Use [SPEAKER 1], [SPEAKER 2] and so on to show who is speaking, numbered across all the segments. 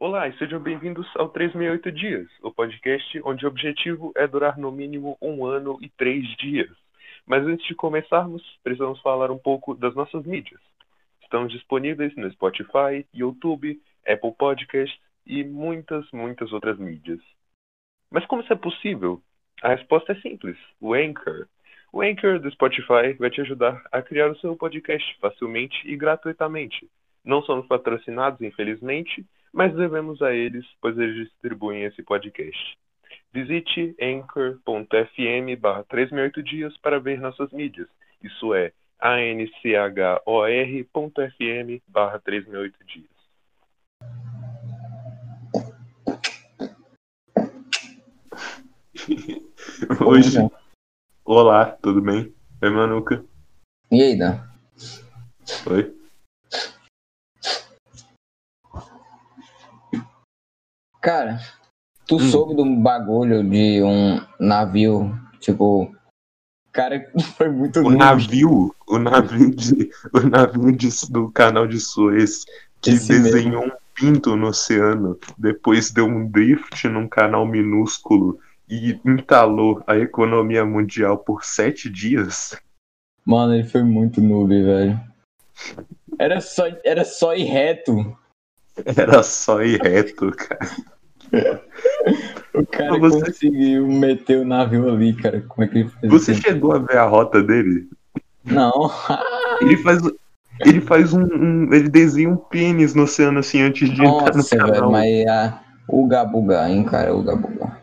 [SPEAKER 1] Olá e sejam bem-vindos ao 368 Dias, o podcast onde o objetivo é durar no mínimo um ano e três dias. Mas antes de começarmos, precisamos falar um pouco das nossas mídias. Estamos disponíveis no Spotify, YouTube, Apple Podcasts e muitas, muitas outras mídias. Mas como isso é possível? A resposta é simples: o Anchor. O Anchor do Spotify vai te ajudar a criar o seu podcast facilmente e gratuitamente. Não somos patrocinados, infelizmente, mas devemos a eles, pois eles distribuem esse podcast. Visite anchor.fm barra 368 dias para ver nossas mídias. Isso é anchor.fm barra 368 dias. Hoje, olá, tudo bem? Oi, Manuca.
[SPEAKER 2] E aí, Dan?
[SPEAKER 1] Oi.
[SPEAKER 2] Cara, tu
[SPEAKER 1] Hum.
[SPEAKER 2] soube de um bagulho de um navio, tipo. Cara, foi muito
[SPEAKER 1] O
[SPEAKER 2] longe.
[SPEAKER 1] Um navio, o navio, de, o navio de- do canal de Suez que
[SPEAKER 2] Esse
[SPEAKER 1] desenhou um pinto no oceano, depois deu um drift num canal minúsculo e entalou a economia mundial por sete dias.
[SPEAKER 2] Mano, ele foi muito noob, velho. Era só, era só ir reto.
[SPEAKER 1] Era só ir reto, cara.
[SPEAKER 2] O cara
[SPEAKER 1] Mas você-
[SPEAKER 2] conseguiu meter o navio ali, cara. Como é que ele fez
[SPEAKER 1] Você
[SPEAKER 2] isso?
[SPEAKER 1] chegou a ver a rota dele?
[SPEAKER 2] Não.
[SPEAKER 1] Ele faz, ele faz um, um- ele desenha um pênis no oceano assim antes de entrar no
[SPEAKER 2] Nossa,
[SPEAKER 1] canal.
[SPEAKER 2] velho, mas é a. O Gabuga, hein, cara, o Gabuga.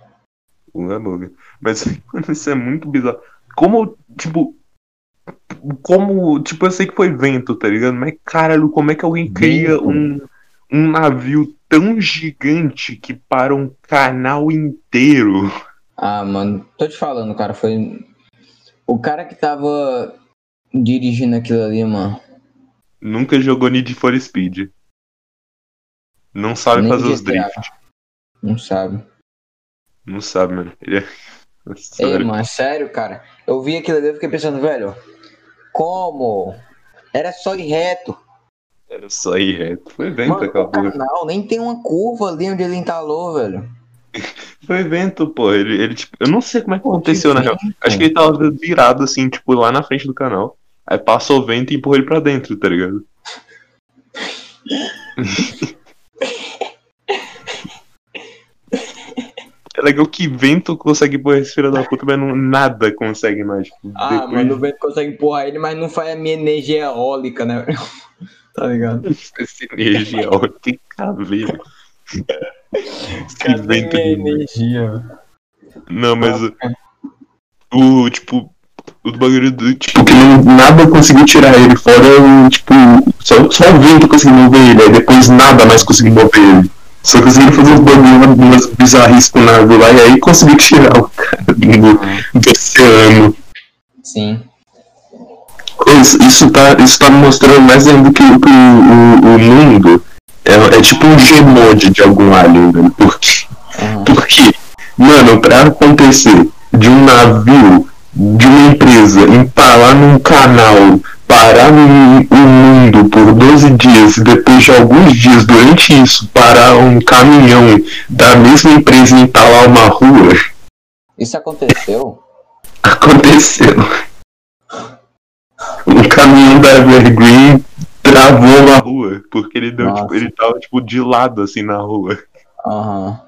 [SPEAKER 1] Não é boga. Mas mano, isso é muito bizarro. Como, tipo. Como. Tipo, eu sei que foi vento, tá ligado? Mas caralho, como é que alguém cria
[SPEAKER 2] Vento.
[SPEAKER 1] um, um navio tão gigante que para um canal inteiro?
[SPEAKER 2] Ah, mano, tô te falando, cara, foi. O cara que tava dirigindo aquilo ali, mano.
[SPEAKER 1] Nunca jogou Need for Speed. Não sabe
[SPEAKER 2] Nem
[SPEAKER 1] fazer os
[SPEAKER 2] GTA.
[SPEAKER 1] drift.
[SPEAKER 2] Não sabe.
[SPEAKER 1] Não sabe, mano. Ele é. Nossa,
[SPEAKER 2] Ei,
[SPEAKER 1] velho.
[SPEAKER 2] mano, é sério, cara. Eu vi aquilo ali e fiquei pensando, velho, como? Era só ir reto.
[SPEAKER 1] Era só ir reto. Foi vento
[SPEAKER 2] Mano,
[SPEAKER 1] aquela
[SPEAKER 2] o
[SPEAKER 1] porra.
[SPEAKER 2] canal nem tem uma curva ali onde ele entalou, velho.
[SPEAKER 1] Foi vento, pô. Ele, ele, tipo, eu não sei como é que aconteceu, na real.
[SPEAKER 2] vento.
[SPEAKER 1] Acho que ele tava virado assim, tipo, lá na frente do canal. Aí passou o vento e empurrou ele pra dentro, tá ligado? é legal que vento consegue pôr esse filho da puta, mas não, nada consegue mais. Tipo,
[SPEAKER 2] Ah,
[SPEAKER 1] depois
[SPEAKER 2] mano, o vento consegue empurrar ele, mas não faz a minha energia eólica, né? tá ligado?
[SPEAKER 1] essa energia, ó, tem cabelo.
[SPEAKER 2] Cara,
[SPEAKER 1] Esse
[SPEAKER 2] tem
[SPEAKER 1] vento
[SPEAKER 2] minha
[SPEAKER 1] de-
[SPEAKER 2] energia.
[SPEAKER 1] Não, mas o, o, tipo, o bagulho do tipo, que não- nada conseguiu tirar ele, fora o, tipo, só, só o vento conseguiu mover ele, aí depois nada mais conseguiu mover ele. Só conseguiu fazer uns bagulho, umas bizarrices com o navio lá, e aí conseguiu tirar o cara do, do oceano.
[SPEAKER 2] Sim.
[SPEAKER 1] Isso, isso, tá, isso tá me mostrando mais ainda que, o- que o, o, o mundo é, é tipo um gemode de algum alien, velho, porque...
[SPEAKER 2] Aham.
[SPEAKER 1] Porque, mano, pra acontecer de um navio de uma empresa empalar num canal, parar no, no mundo por 12 dias e depois de alguns dias durante isso parar um caminhão da mesma empresa e entalar uma rua,
[SPEAKER 2] Isso aconteceu?
[SPEAKER 1] aconteceu. Um caminhão da Evergreen travou na rua, porque ele deu, tipo,
[SPEAKER 2] Nossa.
[SPEAKER 1] ele tava tipo de lado assim na rua.
[SPEAKER 2] Aham.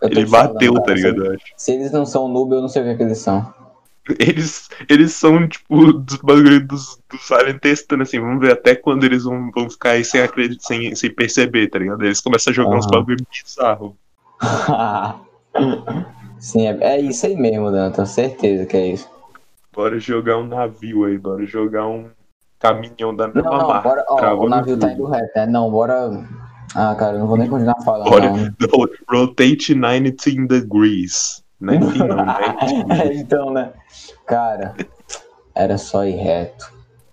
[SPEAKER 2] Eu tô assim.
[SPEAKER 1] Ele
[SPEAKER 2] te falando,
[SPEAKER 1] bateu,
[SPEAKER 2] cara,
[SPEAKER 1] tá
[SPEAKER 2] se-
[SPEAKER 1] ligado? Eu acho.
[SPEAKER 2] Se eles não são noob, eu não sei o que, é que eles são.
[SPEAKER 1] Eles, eles são, tipo, dos bagulho dos, dos aliens testando, assim, vamos ver até quando eles vão, vão ficar aí sem, acreditar, sem, sem perceber, tá ligado? Eles começam a jogar uns
[SPEAKER 2] Aham.
[SPEAKER 1] bagulho bizarro.
[SPEAKER 2] Sim, é, é isso aí mesmo, Dan. Tenho certeza que é isso.
[SPEAKER 1] Bora jogar um navio aí, bora jogar um caminhão da
[SPEAKER 2] Não,
[SPEAKER 1] mesma
[SPEAKER 2] não,
[SPEAKER 1] marca.
[SPEAKER 2] bora. Ó,
[SPEAKER 1] travou
[SPEAKER 2] o
[SPEAKER 1] no
[SPEAKER 2] navio tá
[SPEAKER 1] fundo.
[SPEAKER 2] indo reto, né? Não, bora. Ah, cara, eu não vou nem continuar falando.
[SPEAKER 1] Bora.
[SPEAKER 2] não.
[SPEAKER 1] Ro- Rotate 19 degrees. Né? Enfim, não, né?
[SPEAKER 2] É, então, né? Cara, era só ir reto.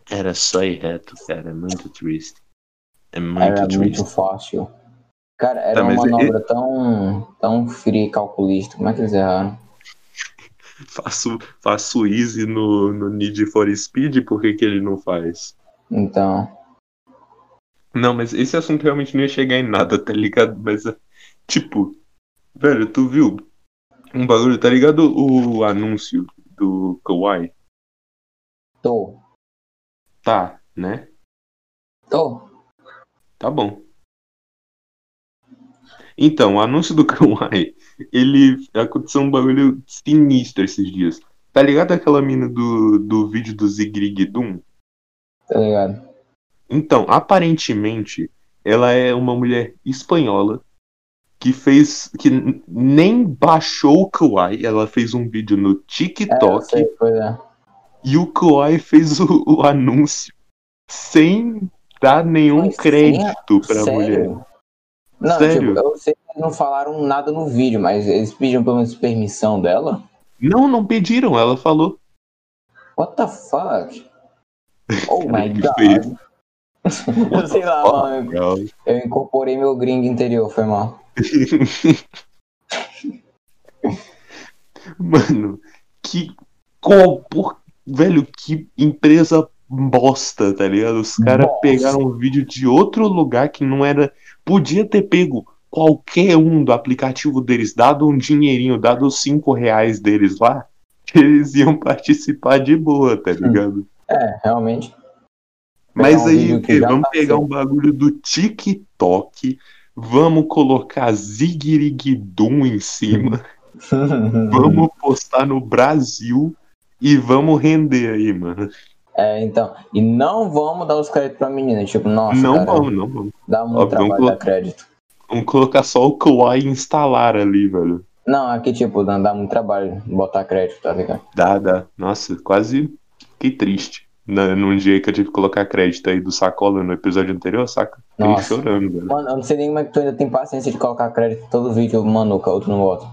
[SPEAKER 1] Era só ir reto, cara. É muito triste. É
[SPEAKER 2] Era muito fácil. Cara, era
[SPEAKER 1] Tá,
[SPEAKER 2] uma
[SPEAKER 1] mas e-
[SPEAKER 2] manobra tão. tão fria e calculista. Como é que eles erraram?
[SPEAKER 1] Faço, faço easy no, no Need for Speed, por que, que ele não faz?
[SPEAKER 2] Então.
[SPEAKER 1] Não, mas esse assunto realmente não ia chegar em nada, tá ligado? Mas é- Tipo, velho, tu viu um bagulho, tá ligado o anúncio do Kawhi?
[SPEAKER 2] Tô.
[SPEAKER 1] Tá, né?
[SPEAKER 2] Tô.
[SPEAKER 1] Tá bom. Então, o anúncio do Kawhi, ele aconteceu um bagulho sinistro esses dias. Tá ligado aquela mina do, do vídeo do Zigrig Doom?
[SPEAKER 2] Tá ligado?
[SPEAKER 1] Então, aparentemente, ela é uma mulher espanhola que fez. que n- nem baixou o Kawhi, ela fez um vídeo no
[SPEAKER 2] É, eu
[SPEAKER 1] TikTok
[SPEAKER 2] sei, pois é.
[SPEAKER 1] e o Kawhi fez o, o anúncio sem dar nenhum
[SPEAKER 2] Mas
[SPEAKER 1] crédito pra
[SPEAKER 2] Sério?
[SPEAKER 1] mulher.
[SPEAKER 2] Não,
[SPEAKER 1] Sério?
[SPEAKER 2] tipo, eu sei que eles não falaram nada no vídeo, mas eles pediram pelo menos permissão dela?
[SPEAKER 1] Não, não pediram, ela falou.
[SPEAKER 2] What the fuck? Oh my
[SPEAKER 1] que
[SPEAKER 2] god. eu sei lá, mano. Eu incorporei meu gringo interior, foi mal.
[SPEAKER 1] Mano, que. Qual, por, velho, que empresa bosta, tá ligado? Os caras
[SPEAKER 2] Bosta.
[SPEAKER 1] pegaram um vídeo de outro lugar que não era. Podia ter pego qualquer um do aplicativo deles, dado um dinheirinho, dado os cinco reais deles lá, que eles iam participar de boa, tá ligado?
[SPEAKER 2] É, realmente.
[SPEAKER 1] Mas
[SPEAKER 2] um
[SPEAKER 1] aí,
[SPEAKER 2] vídeo
[SPEAKER 1] o
[SPEAKER 2] que
[SPEAKER 1] quê?
[SPEAKER 2] já
[SPEAKER 1] Vamos
[SPEAKER 2] tá
[SPEAKER 1] pegar um bagulho do TikTok, vamos colocar Zigirigdum em cima.
[SPEAKER 2] assim. Uhum.
[SPEAKER 1] Vamos postar no Brasil e vamos render aí, mano.
[SPEAKER 2] é, então. E não vamos dar os créditos pra menina. Tipo, nossa,
[SPEAKER 1] não
[SPEAKER 2] cara,
[SPEAKER 1] vamos, não vamos.
[SPEAKER 2] dá muito
[SPEAKER 1] Ó, vamos
[SPEAKER 2] trabalho dar
[SPEAKER 1] colocar-
[SPEAKER 2] crédito.
[SPEAKER 1] Vamos colocar só o Kawhi e instalar ali, velho.
[SPEAKER 2] Não, aqui, tipo, dá, dá muito trabalho botar crédito, tá ligado?
[SPEAKER 1] Dá, dá. Nossa, quase fiquei triste. Na, num dia que eu tive que colocar crédito aí do Sacola no episódio anterior, saca? Fiquei
[SPEAKER 2] Nossa.
[SPEAKER 1] chorando, velho.
[SPEAKER 2] Mano, eu não sei nem como é que tu ainda tem paciência de colocar crédito em todo vídeo, manuca, outro não bota.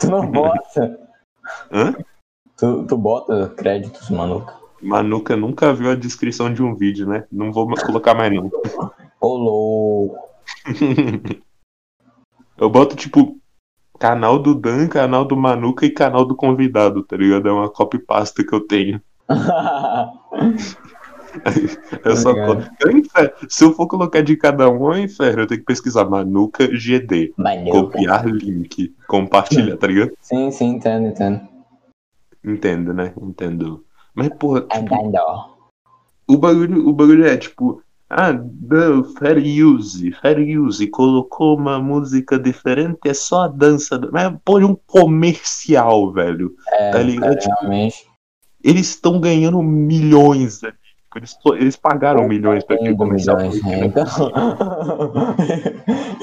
[SPEAKER 2] tu não bota.
[SPEAKER 1] Hã?
[SPEAKER 2] Tu, tu bota créditos, manuca.
[SPEAKER 1] Manuca nunca viu a descrição de um vídeo, né? Não vou mais colocar mais, não.
[SPEAKER 2] Ô louco.
[SPEAKER 1] Eu boto, tipo, canal do Dan, canal do Manuca e canal do convidado, tá ligado? É uma copy pasta que eu tenho.
[SPEAKER 2] Tá
[SPEAKER 1] Eu só
[SPEAKER 2] Obrigado.
[SPEAKER 1] colo- eu infero- Se eu for colocar de cada um, eu inferno. Eu tenho que pesquisar Manuca GD.
[SPEAKER 2] Manuca.
[SPEAKER 1] Copiar link. Compartilhar, tá ligado?
[SPEAKER 2] Sim, sim, entendo, entendo.
[SPEAKER 1] Entendo, né? Entendo. Mas, porra,
[SPEAKER 2] Entendo.
[SPEAKER 1] o bagulho, o bagulho é tipo. Ah, não, fair use, fair use, colocou uma música diferente, é só a dança. do- Mas põe um comercial, velho.
[SPEAKER 2] É,
[SPEAKER 1] Tá ligado? Tipo,
[SPEAKER 2] realmente.
[SPEAKER 1] eles estão ganhando milhões. né? Eles, eles pagaram milhões pra aquele
[SPEAKER 2] Perdendo
[SPEAKER 1] comercial.
[SPEAKER 2] Tá milhões,
[SPEAKER 1] porque,
[SPEAKER 2] né?
[SPEAKER 1] né?
[SPEAKER 2] Então,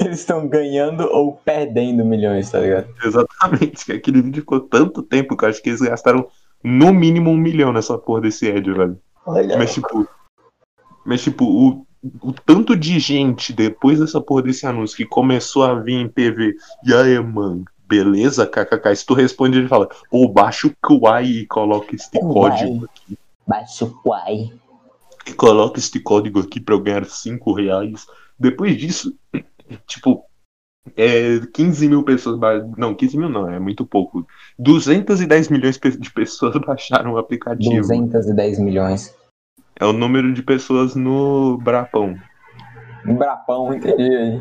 [SPEAKER 2] eles estão ganhando ou perdendo milhões, tá ligado?
[SPEAKER 1] Exatamente, que aquele vídeo ficou tanto tempo que eu acho que eles gastaram no mínimo um milhão nessa porra desse Ed, velho.
[SPEAKER 2] Olha.
[SPEAKER 1] Mas tipo. Mas tipo, o, o tanto de gente depois dessa porra desse anúncio que começou a vir em PV, e aí, mano, beleza, kkk, se tu responde, ele fala, ou baixa o Kwai e coloca este
[SPEAKER 2] Kwai.
[SPEAKER 1] código aqui.
[SPEAKER 2] Baixo quai.
[SPEAKER 1] E coloca este código aqui pra eu ganhar 5 reais. Depois disso, tipo, é, 15 mil pessoas. ba- Não, 15 mil não, é muito pouco. 210 milhões pe- de pessoas baixaram o aplicativo.
[SPEAKER 2] 210 milhões.
[SPEAKER 1] É o número de pessoas no Brapão.
[SPEAKER 2] Um Brapão, entendi aí.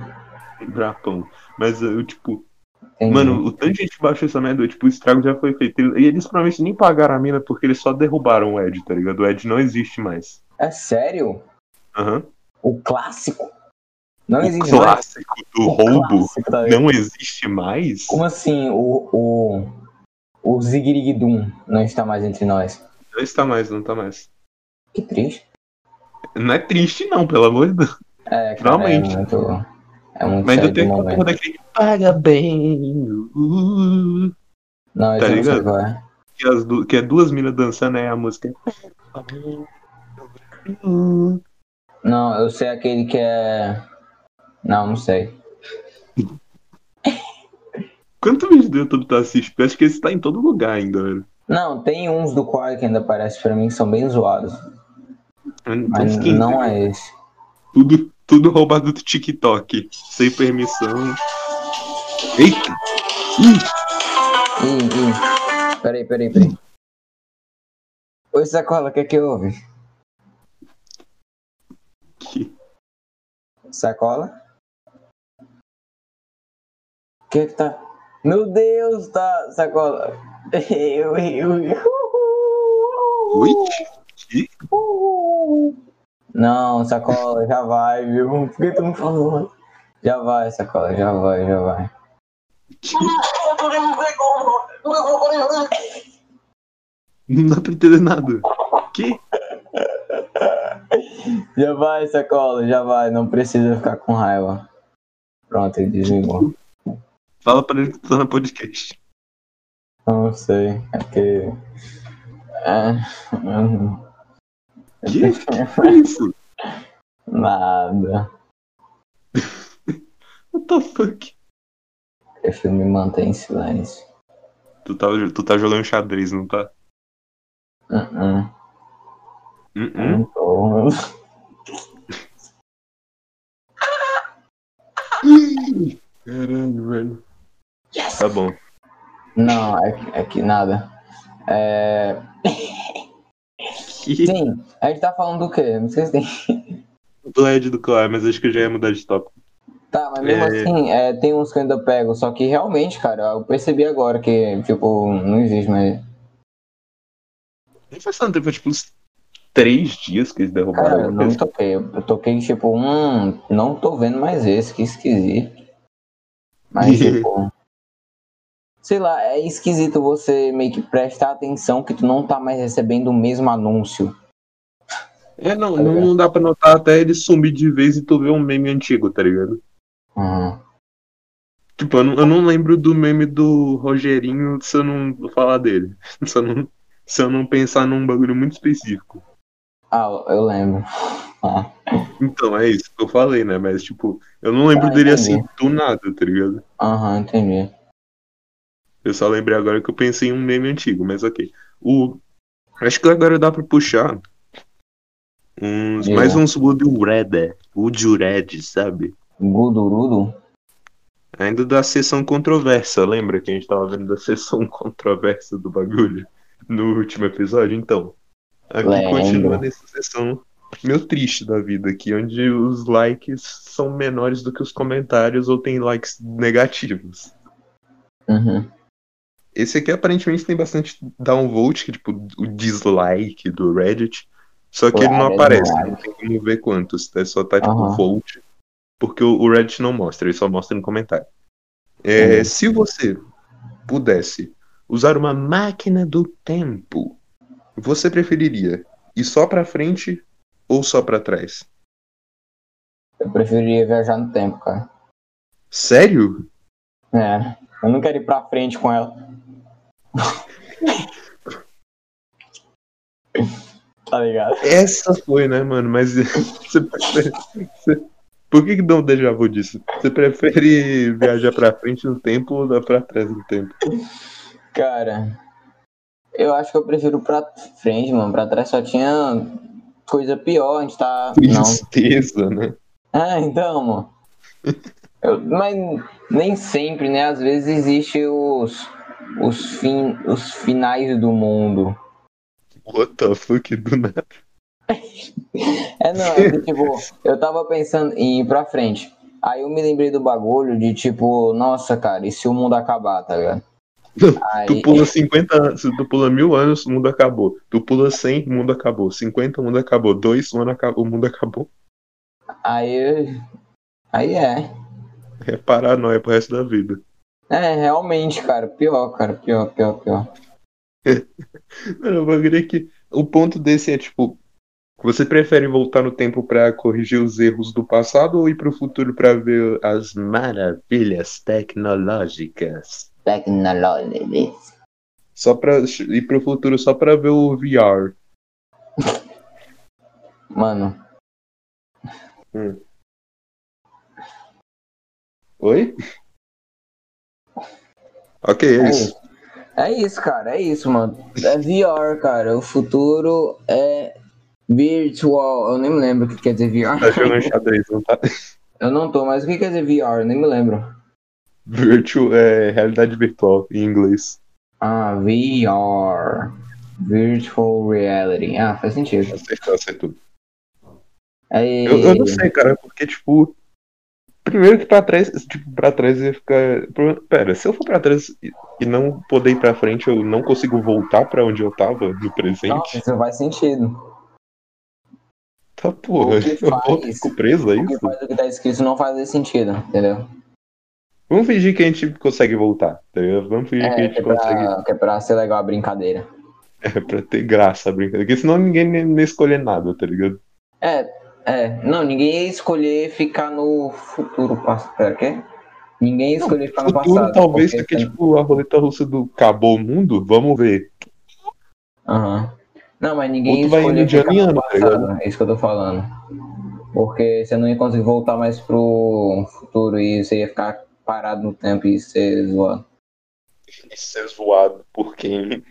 [SPEAKER 1] Brapão. Mas eu, tipo,
[SPEAKER 2] Entendi.
[SPEAKER 1] mano, o tanto de gente baixou essa merda, tipo, o estrago já foi feito. E eles provavelmente nem pagaram a mina porque eles só derrubaram o Ed, tá ligado? O Ed não existe mais.
[SPEAKER 2] É sério?
[SPEAKER 1] Aham.
[SPEAKER 2] O clássico? Não
[SPEAKER 1] O
[SPEAKER 2] existe mais.
[SPEAKER 1] clássico do roubo
[SPEAKER 2] clássico, tá ligado?
[SPEAKER 1] não existe mais?
[SPEAKER 2] Como assim o, o, o Zigirigdum não está mais entre nós?
[SPEAKER 1] Não está mais, não tá mais.
[SPEAKER 2] Que triste.
[SPEAKER 1] Não é triste, não, pelo amor de Deus.
[SPEAKER 2] É, cara,
[SPEAKER 1] Finalmente.
[SPEAKER 2] é muito. É muito
[SPEAKER 1] Mas ainda
[SPEAKER 2] sério
[SPEAKER 1] tem
[SPEAKER 2] do
[SPEAKER 1] aquela
[SPEAKER 2] momento.
[SPEAKER 1] porra daquele que paga bem. uh,
[SPEAKER 2] Não,
[SPEAKER 1] tá
[SPEAKER 2] eu já não sei
[SPEAKER 1] ligado?
[SPEAKER 2] qual é.
[SPEAKER 1] que, as du- que é duas minas dançando, aí a música. é-
[SPEAKER 2] Não, eu sei aquele que é. Não, não sei.
[SPEAKER 1] Quanto vídeo do YouTube tu assiste? Porque eu acho que esse tá em todo lugar ainda, velho.
[SPEAKER 2] Não, tem uns do Quark que ainda aparecem pra mim que são bem zoados. Mas
[SPEAKER 1] Uns 15,
[SPEAKER 2] não
[SPEAKER 1] né?
[SPEAKER 2] é esse.
[SPEAKER 1] Tudo, tudo roubado do TikTok. Sem permissão. Eita! Ih,
[SPEAKER 2] Ih, ih. Peraí, peraí, peraí. Oi, Sacola, o que é que houve?
[SPEAKER 1] que-
[SPEAKER 2] Sacola? que é que tá. Meu Deus, tá. Sacola. Eu, eu, eu.
[SPEAKER 1] Ui?
[SPEAKER 2] Não, sacola, já vai, viu? Por que tu não falou? Já vai, sacola, já vai, já vai.
[SPEAKER 1] Não dá pra entender nada. Que?
[SPEAKER 2] Já vai, sacola, já vai. Não precisa ficar com raiva. Pronto, ele desligou.
[SPEAKER 1] Fala pra ele que tu tá no podcast.
[SPEAKER 2] Não sei, é que. É, hum,
[SPEAKER 1] Que? Que foi isso?
[SPEAKER 2] nada.
[SPEAKER 1] What the fuck?
[SPEAKER 2] Prefiro me manter em silêncio.
[SPEAKER 1] Tu tá, tu tá jogando xadrez, não tá?
[SPEAKER 2] Uh -uh,
[SPEAKER 1] Uh-uh.
[SPEAKER 2] não tô.
[SPEAKER 1] Caralho, velho. Tá bom.
[SPEAKER 2] Não, é, que- é que nada. É,
[SPEAKER 1] Que
[SPEAKER 2] Sim, a gente tá falando do quê? Me esqueci.
[SPEAKER 1] do Ed do Claro, mas acho que eu já ia mudar de tópico.
[SPEAKER 2] Tá, mas mesmo
[SPEAKER 1] É.
[SPEAKER 2] assim, é, tem uns que eu ainda pego. Só que realmente, cara, eu percebi agora que, tipo, não existe mais.
[SPEAKER 1] Nem faz tanto tempo, foi tipo uns três dias que eles derrubaram
[SPEAKER 2] Cara, eu
[SPEAKER 1] alguma
[SPEAKER 2] não
[SPEAKER 1] coisa.
[SPEAKER 2] toquei. Eu toquei, tipo, hum, não tô vendo mais esse, que esquisito. Mas, tipo. Sei lá, é esquisito você meio que prestar atenção que tu não tá mais recebendo o mesmo anúncio.
[SPEAKER 1] É,
[SPEAKER 2] Tá
[SPEAKER 1] não, não, não dá pra notar até ele sumir de vez e tu ver um meme antigo, tá ligado?
[SPEAKER 2] Uhum.
[SPEAKER 1] Tipo, eu não, eu não lembro do meme do Rogerinho se eu não falar dele. Se eu não, se eu não pensar num bagulho muito específico.
[SPEAKER 2] Ah, eu lembro. Ah,
[SPEAKER 1] Então, é isso que eu falei, né? Mas, tipo, eu não lembro
[SPEAKER 2] Ah,
[SPEAKER 1] dele
[SPEAKER 2] entendi.
[SPEAKER 1] assim do nada, tá ligado?
[SPEAKER 2] Aham, entendi.
[SPEAKER 1] Eu só lembrei agora que eu pensei em um meme antigo, mas ok. O... Acho que agora dá pra puxar uns,
[SPEAKER 2] Diga.
[SPEAKER 1] mais um uns Woody Redder, Woody Red, sabe?
[SPEAKER 2] Gudurudo?
[SPEAKER 1] Ainda da sessão controversa, lembra que a gente tava vendo da sessão controversa do bagulho no último episódio? Então, aqui
[SPEAKER 2] Lembro.
[SPEAKER 1] continua nessa sessão meio triste da vida aqui, onde os likes são menores do que os comentários ou tem likes negativos.
[SPEAKER 2] Uhum.
[SPEAKER 1] Esse aqui aparentemente tem bastante downvote, que é tipo o dislike do Reddit, só que ele não
[SPEAKER 2] Claro,
[SPEAKER 1] aparece,
[SPEAKER 2] claro.
[SPEAKER 1] não tem como ver quantos, tá? só tá tipo
[SPEAKER 2] Aham.
[SPEAKER 1] vote, porque o o Reddit não mostra, ele só mostra no comentário. É,
[SPEAKER 2] Uhum.
[SPEAKER 1] Se você pudesse usar uma máquina do tempo, você preferiria ir só pra frente ou só pra trás?
[SPEAKER 2] Eu preferia viajar no tempo, cara.
[SPEAKER 1] Sério?
[SPEAKER 2] É, eu não quero ir pra frente com ela. tá ligado?
[SPEAKER 1] Essa foi, né, mano? Mas você prefere. você- Por que, que dá um déjà vu disso? Você prefere viajar pra frente no tempo ou dar pra trás no tempo?
[SPEAKER 2] Cara, eu acho que eu prefiro pra frente, mano. Pra trás só tinha coisa pior, a gente tá. Não.
[SPEAKER 1] Tristeza, né?
[SPEAKER 2] Ah, então, mano. Eu- mas nem sempre, né? Às vezes existe os, os, fin, os finais do mundo.
[SPEAKER 1] What the fuck do nada?
[SPEAKER 2] É, não, é que, tipo, eu tava pensando em ir pra frente. Aí eu me lembrei do bagulho de tipo, nossa, cara, e se o mundo acabar, tá ligado?
[SPEAKER 1] Tu
[SPEAKER 2] Aí,
[SPEAKER 1] pula 50 anos, tu pula mil anos, o mundo acabou. Tu pula 100, o mundo acabou. 50, o mundo acabou. 2, o ano aca- o mundo acabou.
[SPEAKER 2] aí, aí é.
[SPEAKER 1] É paranoia pro resto da vida.
[SPEAKER 2] É, realmente, cara, pior, cara, pior, pior, pior.
[SPEAKER 1] Mano, o bagulho é que o ponto desse é tipo, você prefere voltar no tempo pra corrigir os erros do passado ou ir pro futuro pra ver as maravilhas tecnológicas?
[SPEAKER 2] Tecnologia.
[SPEAKER 1] Só para ir pro futuro só pra ver o VR.
[SPEAKER 2] Mano,
[SPEAKER 1] Oi? Ok, é isso.
[SPEAKER 2] é isso. É isso, cara, é isso, mano. É VR, cara, o futuro é virtual. Eu nem me lembro o que quer dizer VR.
[SPEAKER 1] Tá jogando xadrez, não tá?
[SPEAKER 2] Eu não tô, mas o que quer dizer VR? Eu nem me lembro.
[SPEAKER 1] Virtual é realidade virtual em inglês.
[SPEAKER 2] Ah, VR. Virtual Reality. Ah, faz sentido.
[SPEAKER 1] tá
[SPEAKER 2] É
[SPEAKER 1] Acertou, acertou.
[SPEAKER 2] Aí,
[SPEAKER 1] Eu, eu não sei, cara, porque, tipo, Primeiro que pra trás, tipo, pra trás ia ficar. Pera, se eu for pra trás e não poder ir pra frente, eu não consigo voltar pra onde eu tava no
[SPEAKER 2] Nossa,
[SPEAKER 1] presente.
[SPEAKER 2] isso faz sentido.
[SPEAKER 1] Tá porra,
[SPEAKER 2] O que
[SPEAKER 1] eu volto
[SPEAKER 2] faz?
[SPEAKER 1] fico preso a
[SPEAKER 2] O que
[SPEAKER 1] isso.
[SPEAKER 2] faz o que tá escrito não faz esse sentido, entendeu?
[SPEAKER 1] Vamos fingir que a gente consegue voltar, tá ligado? Vamos fingir que a
[SPEAKER 2] É, que
[SPEAKER 1] gente
[SPEAKER 2] é, pra,
[SPEAKER 1] consegue.
[SPEAKER 2] que é pra ser legal a brincadeira.
[SPEAKER 1] É pra ter graça a brincadeira. Porque senão ninguém nem nem escolher nada, tá ligado?
[SPEAKER 2] É, é. Não, ninguém ia escolher ficar no futuro passado. Pera, quê? Ninguém ia
[SPEAKER 1] Não,
[SPEAKER 2] escolher ficar no
[SPEAKER 1] Futuro
[SPEAKER 2] passado.
[SPEAKER 1] talvez
[SPEAKER 2] porque
[SPEAKER 1] porque,
[SPEAKER 2] tem-
[SPEAKER 1] tipo, a roleta russa do Acabou o Mundo, vamos ver.
[SPEAKER 2] Aham. Não, mas ninguém
[SPEAKER 1] Ou tu vai
[SPEAKER 2] escolheu
[SPEAKER 1] indo de ano em
[SPEAKER 2] ficar
[SPEAKER 1] ano,
[SPEAKER 2] no
[SPEAKER 1] tá ligado?
[SPEAKER 2] passado, É isso que eu tô falando. Porque você não ia conseguir voltar mais pro futuro e você ia ficar parado no tempo e ser zoado.
[SPEAKER 1] E ser zoado por quem?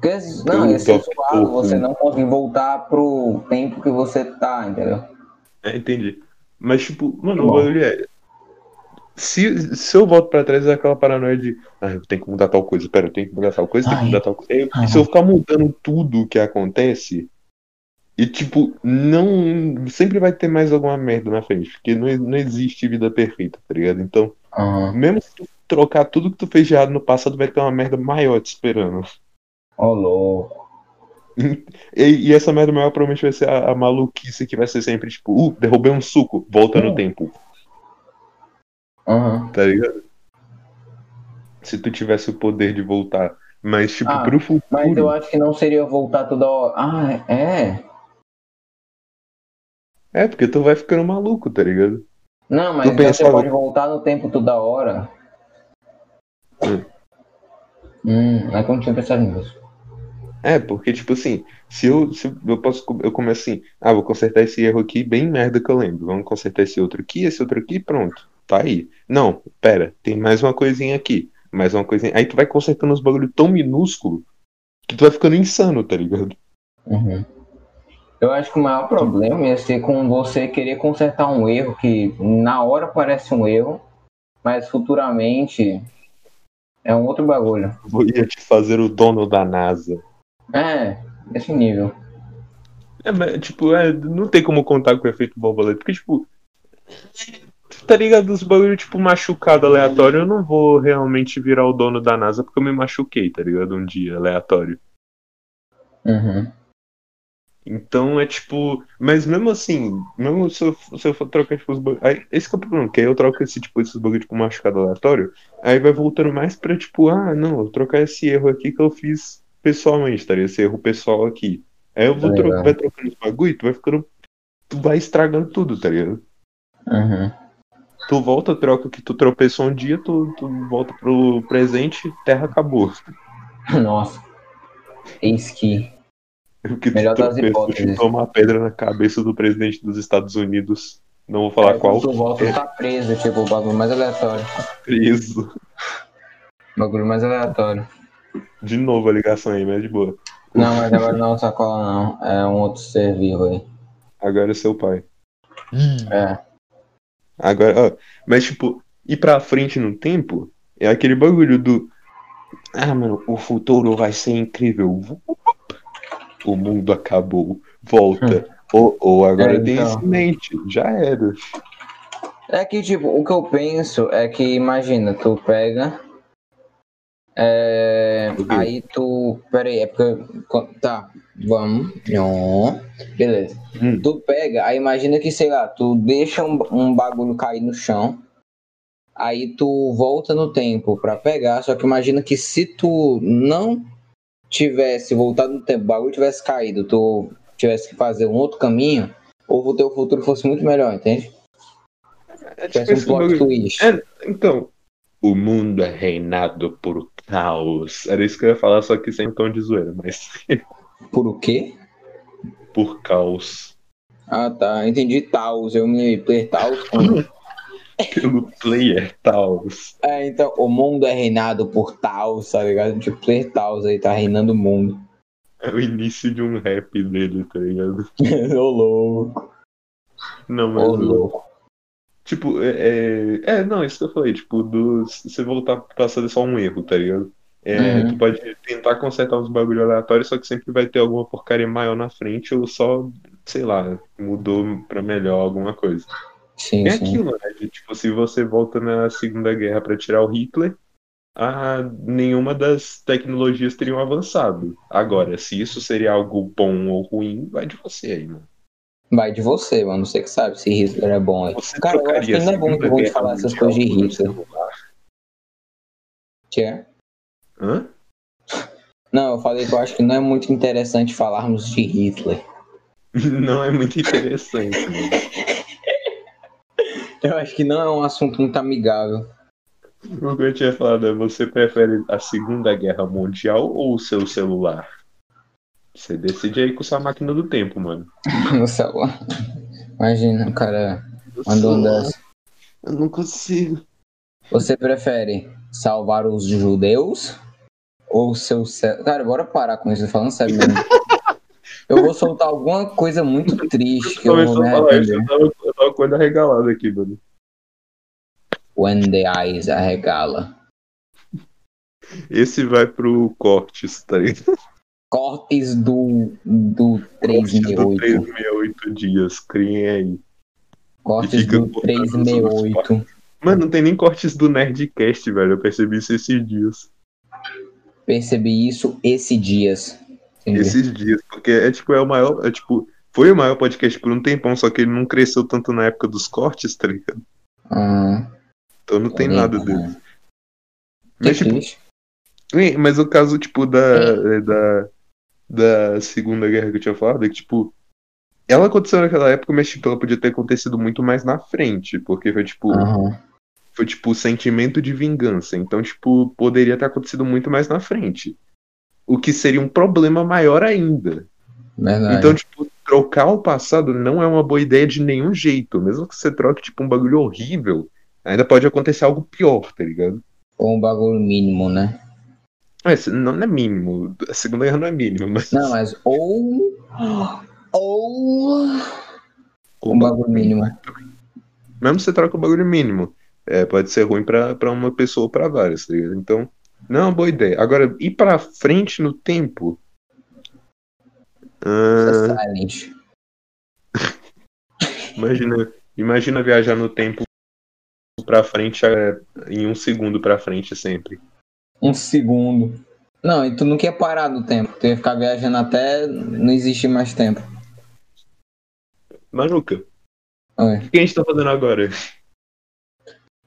[SPEAKER 2] Porque não,
[SPEAKER 1] Eu
[SPEAKER 2] ia ser
[SPEAKER 1] tô-
[SPEAKER 2] zoado, você
[SPEAKER 1] Uhum.
[SPEAKER 2] não consegue voltar pro tempo que você tá, entendeu?
[SPEAKER 1] É, entendi. Mas, tipo, mano, o
[SPEAKER 2] Tá Bom.
[SPEAKER 1] bagulho é. Se, se eu volto pra trás, é aquela paranoia de. Ah, eu tenho que mudar tal coisa, pera, eu tenho que mudar tal coisa, tenho que
[SPEAKER 2] Ai.
[SPEAKER 1] mudar tal coisa. E
[SPEAKER 2] Ai.
[SPEAKER 1] se eu ficar mudando tudo que acontece. E, tipo, não. Sempre vai ter mais alguma merda na frente. Porque não, não existe vida perfeita, tá ligado? Então.
[SPEAKER 2] Aham.
[SPEAKER 1] Mesmo se tu trocar tudo que tu fez de errado no passado, vai ter uma merda maior te esperando.
[SPEAKER 2] Ô, louco.
[SPEAKER 1] E, e essa merda maior provavelmente vai ser a, a maluquice que vai ser sempre tipo, uh, derrubei um suco, volta no
[SPEAKER 2] Hum.
[SPEAKER 1] tempo,
[SPEAKER 2] Aham.
[SPEAKER 1] tá ligado? Se tu tivesse o poder de voltar. Mas, tipo,
[SPEAKER 2] Ah,
[SPEAKER 1] pro futuro.
[SPEAKER 2] Mas eu acho que não seria voltar toda hora. Ah, é?
[SPEAKER 1] É, porque tu vai ficando maluco, tá ligado?
[SPEAKER 2] Não, mas
[SPEAKER 1] Eu
[SPEAKER 2] então
[SPEAKER 1] pensava-
[SPEAKER 2] você pode voltar no tempo toda hora.
[SPEAKER 1] Hum.
[SPEAKER 2] Hum, é como tinha pensado nisso.
[SPEAKER 1] É, porque, tipo assim, se eu, se eu posso. co- Eu começo assim, ah, vou consertar esse erro aqui, bem merda que eu lembro. Vamos consertar esse outro aqui, esse outro aqui, pronto. Tá aí. Não, pera, tem mais uma coisinha aqui. Mais uma coisinha. Aí tu vai consertando uns bagulho tão minúsculo que tu vai ficando insano, tá ligado?
[SPEAKER 2] Uhum. Eu acho que o maior problema ia ser com você querer consertar um erro que na hora parece um erro, mas futuramente é um outro bagulho.
[SPEAKER 1] Vou ia te fazer o dono da NASA.
[SPEAKER 2] É, esse nível.
[SPEAKER 1] É, mas, tipo, é, não tem como contar com o efeito borboleta, porque, tipo. Tá ligado? Os bagulho, tipo, machucado aleatório, eu não vou realmente virar o dono da NASA porque eu me machuquei, tá ligado? Um dia aleatório.
[SPEAKER 2] Uhum.
[SPEAKER 1] Então é tipo. Mas mesmo assim, mesmo se eu, se eu for trocar, tipo, os bug... aí, Esse que é o problema, que aí eu troco esse, tipo, esses bugs tipo machucado aleatório, aí vai voltando mais pra tipo, ah, não, eu trocar esse erro aqui que eu fiz pessoalmente, tá? ligado? Esse erro pessoal aqui. Aí eu vou
[SPEAKER 2] Tá
[SPEAKER 1] tro-
[SPEAKER 2] ligado.
[SPEAKER 1] vai trocando os bagulho, tu vai ficando. Tu vai estragando tudo, tá ligado?
[SPEAKER 2] Uhum.
[SPEAKER 1] Tu volta, troca o que tu tropeçou um dia, tu, tu volta pro presente, terra acabou.
[SPEAKER 2] Nossa. Eis que.
[SPEAKER 1] O que tu
[SPEAKER 2] Melhor das
[SPEAKER 1] tropeçou,
[SPEAKER 2] hipóteses.
[SPEAKER 1] chutou uma pedra na cabeça do presidente dos Estados Unidos. Não vou falar qual.
[SPEAKER 2] Tu volta e tá preso, tipo, o bagulho mais aleatório.
[SPEAKER 1] preso.
[SPEAKER 2] O bagulho mais aleatório.
[SPEAKER 1] De novo a ligação aí, mas de boa.
[SPEAKER 2] Não, mas agora não é sacola, não. É um outro ser vivo aí.
[SPEAKER 1] Agora é seu pai.
[SPEAKER 2] É.
[SPEAKER 1] Agora, ó, mas tipo, ir pra frente no tempo é aquele bagulho do. Ah, mano, o futuro vai ser incrível. O mundo acabou. Volta. Ou ou agora
[SPEAKER 2] Hum. É,
[SPEAKER 1] tem
[SPEAKER 2] então.
[SPEAKER 1] isso em mente. Já era.
[SPEAKER 2] É que, tipo, o que eu penso é que, imagina, tu pega. É.
[SPEAKER 1] O quê?
[SPEAKER 2] Aí tu. Pera aí, é porque. co- Tá, vamos. Nhô. Beleza.
[SPEAKER 1] Hum.
[SPEAKER 2] Tu pega, aí imagina que, sei lá, tu deixa um, um bagulho cair no chão. Aí tu volta no tempo pra pegar, só que imagina que se tu não tivesse voltado no tempo, o bagulho tivesse caído, tu tivesse que fazer um outro caminho, ou o teu futuro fosse muito melhor, entende?
[SPEAKER 1] É tipo
[SPEAKER 2] Tivesse um
[SPEAKER 1] esse
[SPEAKER 2] plot
[SPEAKER 1] bagulho.
[SPEAKER 2] twist.
[SPEAKER 1] É. Então. O mundo é reinado por caos. Era isso que eu ia falar, só que sem tom de zoeira, mas
[SPEAKER 2] Por o quê?
[SPEAKER 1] por caos.
[SPEAKER 2] Ah tá, entendi Taos, eu me play Taos. com-
[SPEAKER 1] Pelo player caos.
[SPEAKER 2] é, então, o mundo é reinado por Taos, tá ligado? Tipo, player Taos aí, tá reinando o mundo.
[SPEAKER 1] É o início de um rap dele, tá ligado?
[SPEAKER 2] Ô louco,
[SPEAKER 1] Não, mas.
[SPEAKER 2] ô louco.
[SPEAKER 1] Tipo, é, é. é, não, isso que eu falei, tipo, do. Se você voltar pro passado é só um erro, tá ligado? É,
[SPEAKER 2] Uhum.
[SPEAKER 1] Tu pode tentar consertar uns bagulho aleatórios, só que sempre vai ter alguma porcaria maior na frente, ou só, sei lá, mudou pra melhor alguma coisa.
[SPEAKER 2] Sim,
[SPEAKER 1] É
[SPEAKER 2] sim.
[SPEAKER 1] aquilo, né? de, Tipo, se você volta na Segunda Guerra pra tirar o Hitler, ah, nenhuma das tecnologias teriam avançado. Agora, se isso seria algo bom ou ruim, vai de você aí, mano.
[SPEAKER 2] Vai de você, mano. Você que sabe se Hitler é bom aí.
[SPEAKER 1] Você
[SPEAKER 2] Cara, eu acho que
[SPEAKER 1] trocaria
[SPEAKER 2] não é
[SPEAKER 1] a
[SPEAKER 2] bom
[SPEAKER 1] Segunda
[SPEAKER 2] que eu vou te
[SPEAKER 1] Guerra
[SPEAKER 2] falar essas
[SPEAKER 1] Mundial
[SPEAKER 2] coisas de
[SPEAKER 1] por um
[SPEAKER 2] Hitler.
[SPEAKER 1] celular?
[SPEAKER 2] Tchê.
[SPEAKER 1] Hã?
[SPEAKER 2] Não, eu falei que eu acho que não é muito interessante falarmos de Hitler.
[SPEAKER 1] Não é muito interessante, mano.
[SPEAKER 2] Eu acho que não é um assunto muito amigável.
[SPEAKER 1] O que eu tinha falado é, você prefere a Segunda Guerra Mundial ou o seu celular? Você decide aí com sua máquina do tempo, mano.
[SPEAKER 2] No celular. Imagina, o cara mandou um dessa.
[SPEAKER 1] Eu não consigo.
[SPEAKER 2] Você prefere salvar os judeus ou seu céu? Cara, bora parar com isso, falando sério mesmo. Eu vou soltar alguma coisa muito triste que eu vou
[SPEAKER 1] Começou
[SPEAKER 2] me
[SPEAKER 1] a falar isso,
[SPEAKER 2] arrepender.
[SPEAKER 1] eu tava, eu tava com a coisa arregalada aqui, mano.
[SPEAKER 2] When the eyes arregala.
[SPEAKER 1] Esse vai pro cortes, tá ligado?
[SPEAKER 2] Cortes do, do
[SPEAKER 1] Cortes do
[SPEAKER 2] 368.
[SPEAKER 1] 368 dias, criem aí.
[SPEAKER 2] Cortes
[SPEAKER 1] Fica
[SPEAKER 2] do
[SPEAKER 1] cortando
[SPEAKER 2] 368.
[SPEAKER 1] Mano, não tem nem cortes do Nerdcast, velho. Eu percebi isso esses dias.
[SPEAKER 2] Percebi isso esse dias. Entendi.
[SPEAKER 1] Esses dias, porque é tipo, é o maior. É, tipo, foi o maior podcast por um tempão, só que ele não cresceu tanto na época dos cortes, tá ligado?
[SPEAKER 2] Ah,
[SPEAKER 1] Então não tem
[SPEAKER 2] entendi,
[SPEAKER 1] nada
[SPEAKER 2] né?
[SPEAKER 1] dele.
[SPEAKER 2] Que
[SPEAKER 1] Mas, tipo,
[SPEAKER 2] triste.
[SPEAKER 1] é, mas o caso, tipo, da, é, da. Da Segunda Guerra que eu tinha falado, é que, tipo. Ela aconteceu naquela época, mas, tipo, ela podia ter acontecido muito mais na frente, porque foi, tipo.
[SPEAKER 2] Aham.
[SPEAKER 1] foi tipo o sentimento de vingança. Então, tipo, poderia ter acontecido muito mais na frente. O que seria um problema maior ainda.
[SPEAKER 2] Verdade.
[SPEAKER 1] Então, tipo, trocar o passado não é uma boa ideia de nenhum jeito. Mesmo que você troque, tipo, um bagulho horrível, ainda pode acontecer algo pior, tá ligado?
[SPEAKER 2] Ou um bagulho mínimo, né?
[SPEAKER 1] É, se- não é mínimo. A segunda guerra não é mínima, mas.
[SPEAKER 2] Não, mas ou. Ou. Um bagulho mínimo.
[SPEAKER 1] Mesmo se você troca o bagulho mínimo. é, pode ser ruim pra pra uma pessoa ou pra várias, tá ligado? Então, não é uma boa ideia. Agora, ir pra frente no tempo. Ah,
[SPEAKER 2] Silent.
[SPEAKER 1] imagina, imagina viajar no tempo pra frente é, em um segundo pra frente sempre.
[SPEAKER 2] Um segundo. Não, e tu não quer parar do tempo. Tu ia ficar viajando até não existir mais tempo.
[SPEAKER 1] Manuca,
[SPEAKER 2] Oi.
[SPEAKER 1] o que a gente tá fazendo agora?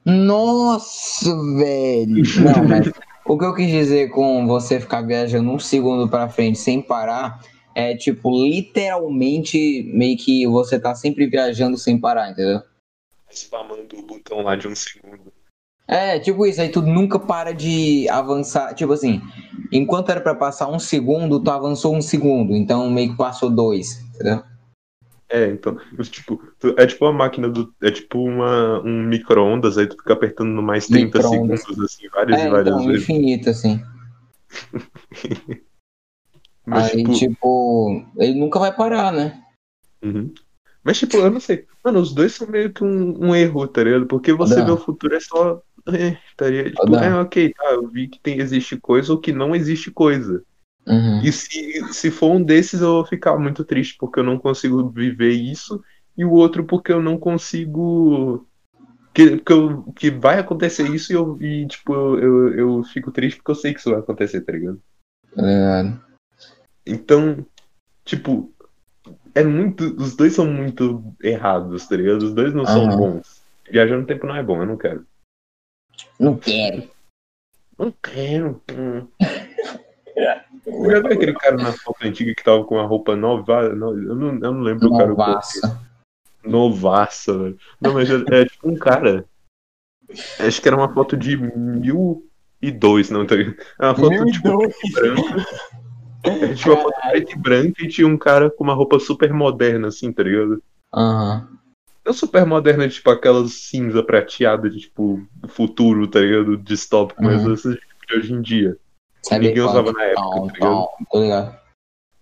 [SPEAKER 2] Nossa, velho. Não, mas o que eu quis dizer com você ficar viajando um segundo pra frente sem parar é tipo, literalmente, meio que você tá sempre viajando sem parar, entendeu?
[SPEAKER 1] Spamando o botão lá de um segundo.
[SPEAKER 2] É, tipo isso, aí tu nunca para de avançar. Tipo assim, enquanto era pra passar um segundo, tu avançou um segundo, então meio que passou dois, entendeu?
[SPEAKER 1] É, então, mas, tipo, tu- é tipo uma máquina do. É tipo uma, um micro-ondas, aí tu fica apertando no mais 30
[SPEAKER 2] Micro-ondas.
[SPEAKER 1] segundos, assim, várias
[SPEAKER 2] É,
[SPEAKER 1] e várias
[SPEAKER 2] então,
[SPEAKER 1] vezes.
[SPEAKER 2] infinito, assim.
[SPEAKER 1] Mas,
[SPEAKER 2] aí,
[SPEAKER 1] tipo,
[SPEAKER 2] tipo, ele nunca vai parar, né?
[SPEAKER 1] uhum. mas, tipo, eu não sei. Mano, os dois são meio que um, um erro, tá ligado? Porque você
[SPEAKER 2] Dan.
[SPEAKER 1] vê o futuro é só. É, tá ligado? Tipo,
[SPEAKER 2] Dan.
[SPEAKER 1] é, ok, tá, eu vi que tem, existe coisa ou que não existe coisa.
[SPEAKER 2] Uhum.
[SPEAKER 1] E se, se for um desses, eu vou ficar muito triste porque eu não consigo viver isso, e o outro porque eu não consigo. Que, que, eu- que vai acontecer isso e, eu, e tipo, eu, eu, eu fico triste porque eu sei que isso vai acontecer, tá ligado?
[SPEAKER 2] Tá ligado?
[SPEAKER 1] Então, tipo, é muito. Os dois são muito errados, tá ligado? Os dois não são
[SPEAKER 2] Aham.
[SPEAKER 1] bons. Viajar no tempo não é bom, eu não quero.
[SPEAKER 2] Não quero.
[SPEAKER 1] Não quero. hum. Eu já vi aquele cara na foto antiga que tava com uma roupa nova. no- eu, não, eu não lembro o cara.
[SPEAKER 2] Novaça.
[SPEAKER 1] Novaça, velho. Não, mas é, é tipo um cara. Acho que era uma foto de 1002, não, tá ligado? É uma foto tipo branca. É, tipo uma foto preta e branca e tinha um cara com uma roupa super moderna, assim, tá ligado?
[SPEAKER 2] Aham.
[SPEAKER 1] Não É super moderna, tipo aquelas cinza prateada de tipo futuro, tá ligado? Distópico, mas
[SPEAKER 2] Uhum. É
[SPEAKER 1] essas tipo, de hoje em dia.
[SPEAKER 2] Cyberpunk.
[SPEAKER 1] Ninguém usava na época,
[SPEAKER 2] Tom,
[SPEAKER 1] tá ligado?
[SPEAKER 2] tom, Tô ligado.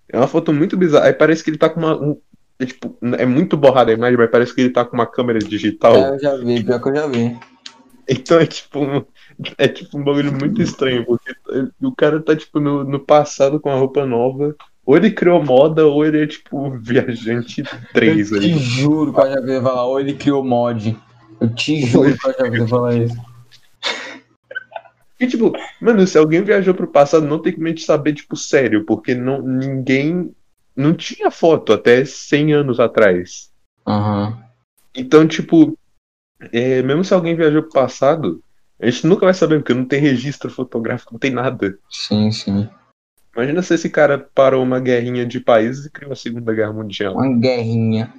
[SPEAKER 1] É uma foto muito bizarra. Aí parece que ele tá com uma. um- é, tipo, é muito borrada a imagem, mas parece que ele tá com uma câmera digital.
[SPEAKER 2] É, eu já vi, pior que eu já vi.
[SPEAKER 1] Então é tipo um, é tipo um bagulho muito estranho, porque o cara tá tipo no, no passado com a roupa nova Ou ele criou moda, ou ele é tipo viajante né? 3
[SPEAKER 2] eu
[SPEAKER 1] aí.
[SPEAKER 2] te juro que eu já vi falar, ou ele criou mod. Eu te juro que eu já vi falar isso.
[SPEAKER 1] E tipo, mano, se alguém viajou pro passado, não tem como a gente saber, tipo, sério, porque não, ninguém. Não tinha foto até 100 anos atrás.
[SPEAKER 2] Aham.
[SPEAKER 1] Então, tipo, é, mesmo se alguém viajou pro passado, a gente nunca vai saber, porque não tem registro fotográfico, não tem nada.
[SPEAKER 2] Sim, sim.
[SPEAKER 1] Imagina se esse cara parou uma guerrinha de países e criou a Segunda Guerra Mundial.
[SPEAKER 2] Uma guerrinha.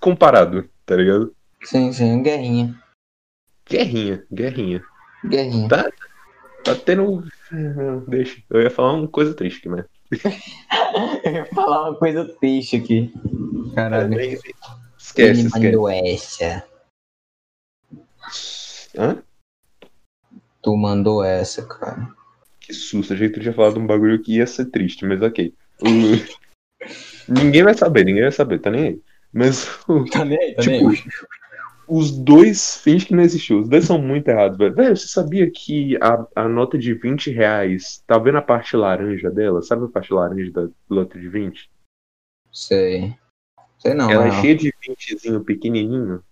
[SPEAKER 1] Comparado, tá ligado?
[SPEAKER 2] Sim, sim, uma guerrinha.
[SPEAKER 1] Guerrinha, guerrinha.
[SPEAKER 2] Guerrinha.
[SPEAKER 1] Tá. Tá tendo. Não, deixa. Eu ia falar uma coisa triste aqui, mas.
[SPEAKER 2] Eu ia falar uma coisa triste aqui. Caralho.
[SPEAKER 1] Esquece,
[SPEAKER 2] Ele
[SPEAKER 1] esquece.
[SPEAKER 2] mandou essa.
[SPEAKER 1] Hã?
[SPEAKER 2] Tu mandou essa, cara.
[SPEAKER 1] Que susto, achei que tu tinha falado um bagulho que ia ser triste, mas ok. O- ninguém vai saber, ninguém vai saber, tá nem aí. Mas o-
[SPEAKER 2] Tá nem aí,
[SPEAKER 1] Tipo, os dois fins que não existiu, os dois são muito errados, velho. Velho, você sabia que a, a nota de 20 reais, tá vendo a parte laranja dela? Sabe a parte laranja da nota de 20?
[SPEAKER 2] Sei. Sei não,
[SPEAKER 1] Ela é
[SPEAKER 2] não.
[SPEAKER 1] cheia de 20zinho pequenininho.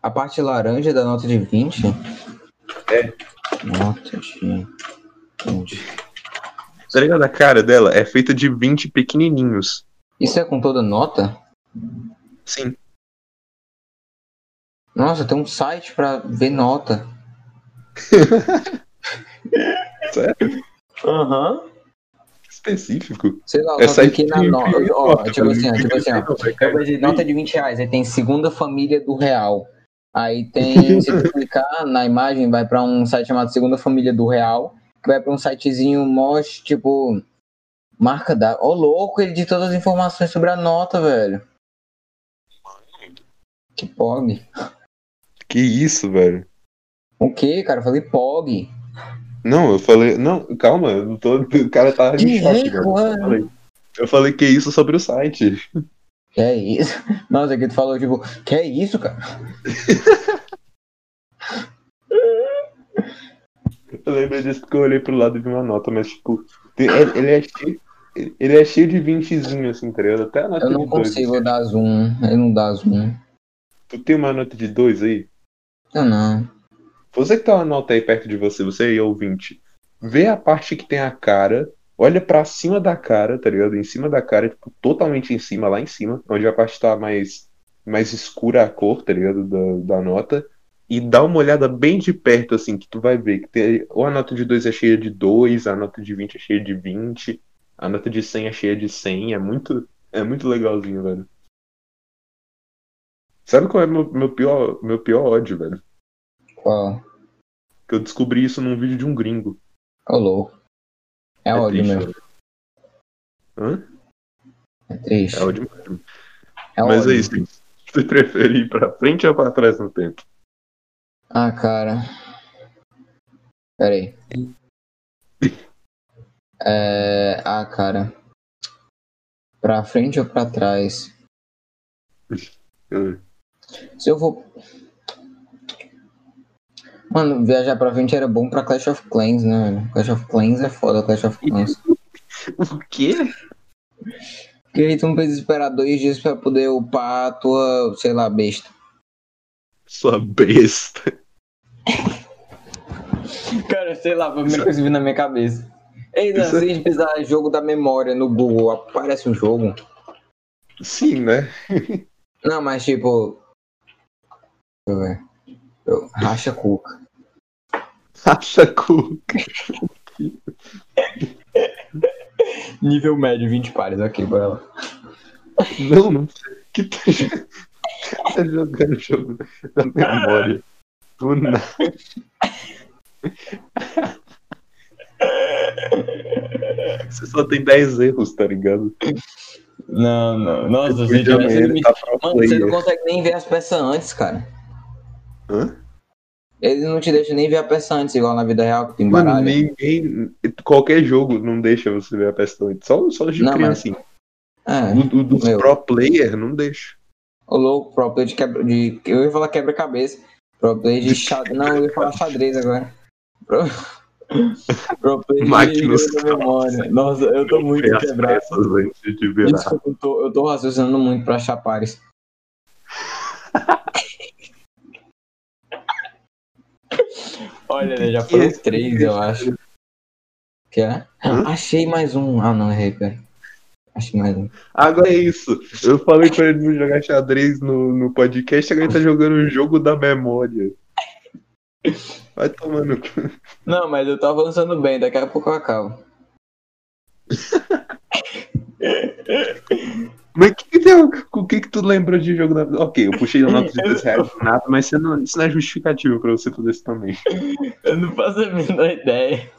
[SPEAKER 2] A parte laranja da nota de 20?
[SPEAKER 1] É.
[SPEAKER 2] Nota de 20.
[SPEAKER 1] Tá ligado? A cara dela é feita de 20 pequenininhos.
[SPEAKER 2] Isso é com toda nota?
[SPEAKER 1] Sim.
[SPEAKER 2] Nossa, tem um site pra ver nota.
[SPEAKER 1] Sério?
[SPEAKER 2] Aham.
[SPEAKER 1] Que Específico.
[SPEAKER 2] Sei lá, eu
[SPEAKER 1] É
[SPEAKER 2] só
[SPEAKER 1] site
[SPEAKER 2] cliquei na
[SPEAKER 1] de-
[SPEAKER 2] nota.
[SPEAKER 1] de-
[SPEAKER 2] Ó,
[SPEAKER 1] de-
[SPEAKER 2] tipo assim, ó, tipo assim, ó.
[SPEAKER 1] Vai
[SPEAKER 2] Eu
[SPEAKER 1] cair.
[SPEAKER 2] vejo nota de 20 reais, aí tem segunda família do real. Aí tem, se tu clicar na imagem, vai pra um site chamado Segunda Família do Real, que vai pra um sitezinho mos, tipo, marca da. Ô, louco, ele de todas as informações sobre a nota, velho. Que POG.
[SPEAKER 1] Que isso, velho.
[SPEAKER 2] O que, cara? Eu falei POG.
[SPEAKER 1] Não, eu falei. Não, calma, eu não tô- o cara tá
[SPEAKER 2] Que
[SPEAKER 1] em choque, velho. Eu
[SPEAKER 2] rico, mano.
[SPEAKER 1] falei, eu falei que isso sobre o site.
[SPEAKER 2] Que é isso? Nossa, que tu falou, tipo, que é isso, cara?
[SPEAKER 1] Eu lembro disso porque eu olhei pro lado e vi uma nota, mas tipo, tem- ele ele é cheio. Ele é cheio de vintezinho, assim, tá ligado? Até a nota
[SPEAKER 2] Eu não
[SPEAKER 1] de dois.
[SPEAKER 2] consigo dar zoom. Eu não dá zoom.
[SPEAKER 1] Tu tem uma nota de dois aí?
[SPEAKER 2] Eu não.
[SPEAKER 1] Você que tá uma nota aí perto de você, você aí ouvinte, vê a parte que tem a cara, olha pra cima da cara, tá ligado? Em cima da cara, tipo, totalmente em cima, lá em cima, onde a parte tá mais, mais escura a cor, tá ligado? Da, da nota. E dá uma olhada bem de perto, assim, que tu vai ver que tem, ou a nota de 2 é cheia de 2, a nota de 20 é cheia de 20, a nota de 100 é cheia de 100, é muito, é muito legalzinho, velho. Sabe qual é meu, meu pior, meu pior ódio, velho?
[SPEAKER 2] Qual?
[SPEAKER 1] que eu descobri isso num vídeo de um gringo.
[SPEAKER 2] Ô, louco. É, ódio
[SPEAKER 1] triste,
[SPEAKER 2] mesmo.
[SPEAKER 1] velho. Hã?
[SPEAKER 2] É triste.
[SPEAKER 1] É ódio mesmo.
[SPEAKER 2] É
[SPEAKER 1] Mas
[SPEAKER 2] ódio.
[SPEAKER 1] é isso. Você prefere ir pra frente ou pra trás no tempo?
[SPEAKER 2] Ah, cara. Pera aí. É... Ah, cara. Pra frente ou pra trás?
[SPEAKER 1] Hum.
[SPEAKER 2] Se eu vou. Mano, viajar pra frente era bom pra Clash of Clans, né? velho? Clash of Clans é foda, Clash of Clans.
[SPEAKER 1] O quê?
[SPEAKER 2] Porque aí tu não precisa esperar dois dias pra poder upar a tua, sei lá, besta.
[SPEAKER 1] Sua besta.
[SPEAKER 2] Cara, sei lá, foi a primeira coisa que veio na minha cabeça. Ei, Dan,
[SPEAKER 1] Isso
[SPEAKER 2] se
[SPEAKER 1] é-
[SPEAKER 2] a gente precisar jogo da memória no Google, aparece um jogo.
[SPEAKER 1] Sim, né?
[SPEAKER 2] Não, mas tipo. Deixa eu ver. Eu- Racha cuca.
[SPEAKER 1] Racha cu.
[SPEAKER 2] Nível médio, 20 pares, ok, bora lá.
[SPEAKER 1] Não, não. Que tá, que tá jogando jogo da memória. Do nada. Você só tem 10 erros, tá ligado?
[SPEAKER 2] Não, não. Nossa,
[SPEAKER 1] Depois de amanhã ele tá pro
[SPEAKER 2] Mano, você não
[SPEAKER 1] player.
[SPEAKER 2] consegue nem ver as peças antes, cara.
[SPEAKER 1] Hã?
[SPEAKER 2] Eles não te deixam nem ver a peça antes, igual na vida real que tem baralho.
[SPEAKER 1] Mano, ninguém. Qualquer jogo não deixa você ver a peça antes. Só, só os de
[SPEAKER 2] Não, mas-
[SPEAKER 1] criancinha.
[SPEAKER 2] É.
[SPEAKER 1] O, o dos
[SPEAKER 2] Meu.
[SPEAKER 1] pro player não deixa.
[SPEAKER 2] O louco, pro play de quebra. De... Eu ia falar quebra-cabeça. Pro play de xadrez. Não, eu ia falar xadrez agora. Pro...
[SPEAKER 1] Máquinas.
[SPEAKER 2] memória. Nossa, eu tô muito
[SPEAKER 1] Ver as
[SPEAKER 2] quebrado.
[SPEAKER 1] peças antes de virar.
[SPEAKER 2] Desculpa, eu tô, eu tô raciocinando muito pra achar pares. Olha, né, já foram
[SPEAKER 1] Que-
[SPEAKER 2] três, eu acho. Que é?
[SPEAKER 1] Hã?
[SPEAKER 2] Achei mais um. Ah, não, errei, pera. Achei mais um.
[SPEAKER 1] Agora é isso. Eu falei pra ele não jogar xadrez no, no podcast, agora ele tá jogando o jogo da memória. Vai tomando.
[SPEAKER 2] Não, mas eu tô avançando bem, daqui a pouco eu acabo.
[SPEAKER 1] Mas que que tem, o que que tu lembrou de jogo da Ok, eu puxei a nota de 10 reais do nada, mas você não- isso não é justificativo pra você fazer isso também.
[SPEAKER 2] Eu não faço a menor ideia.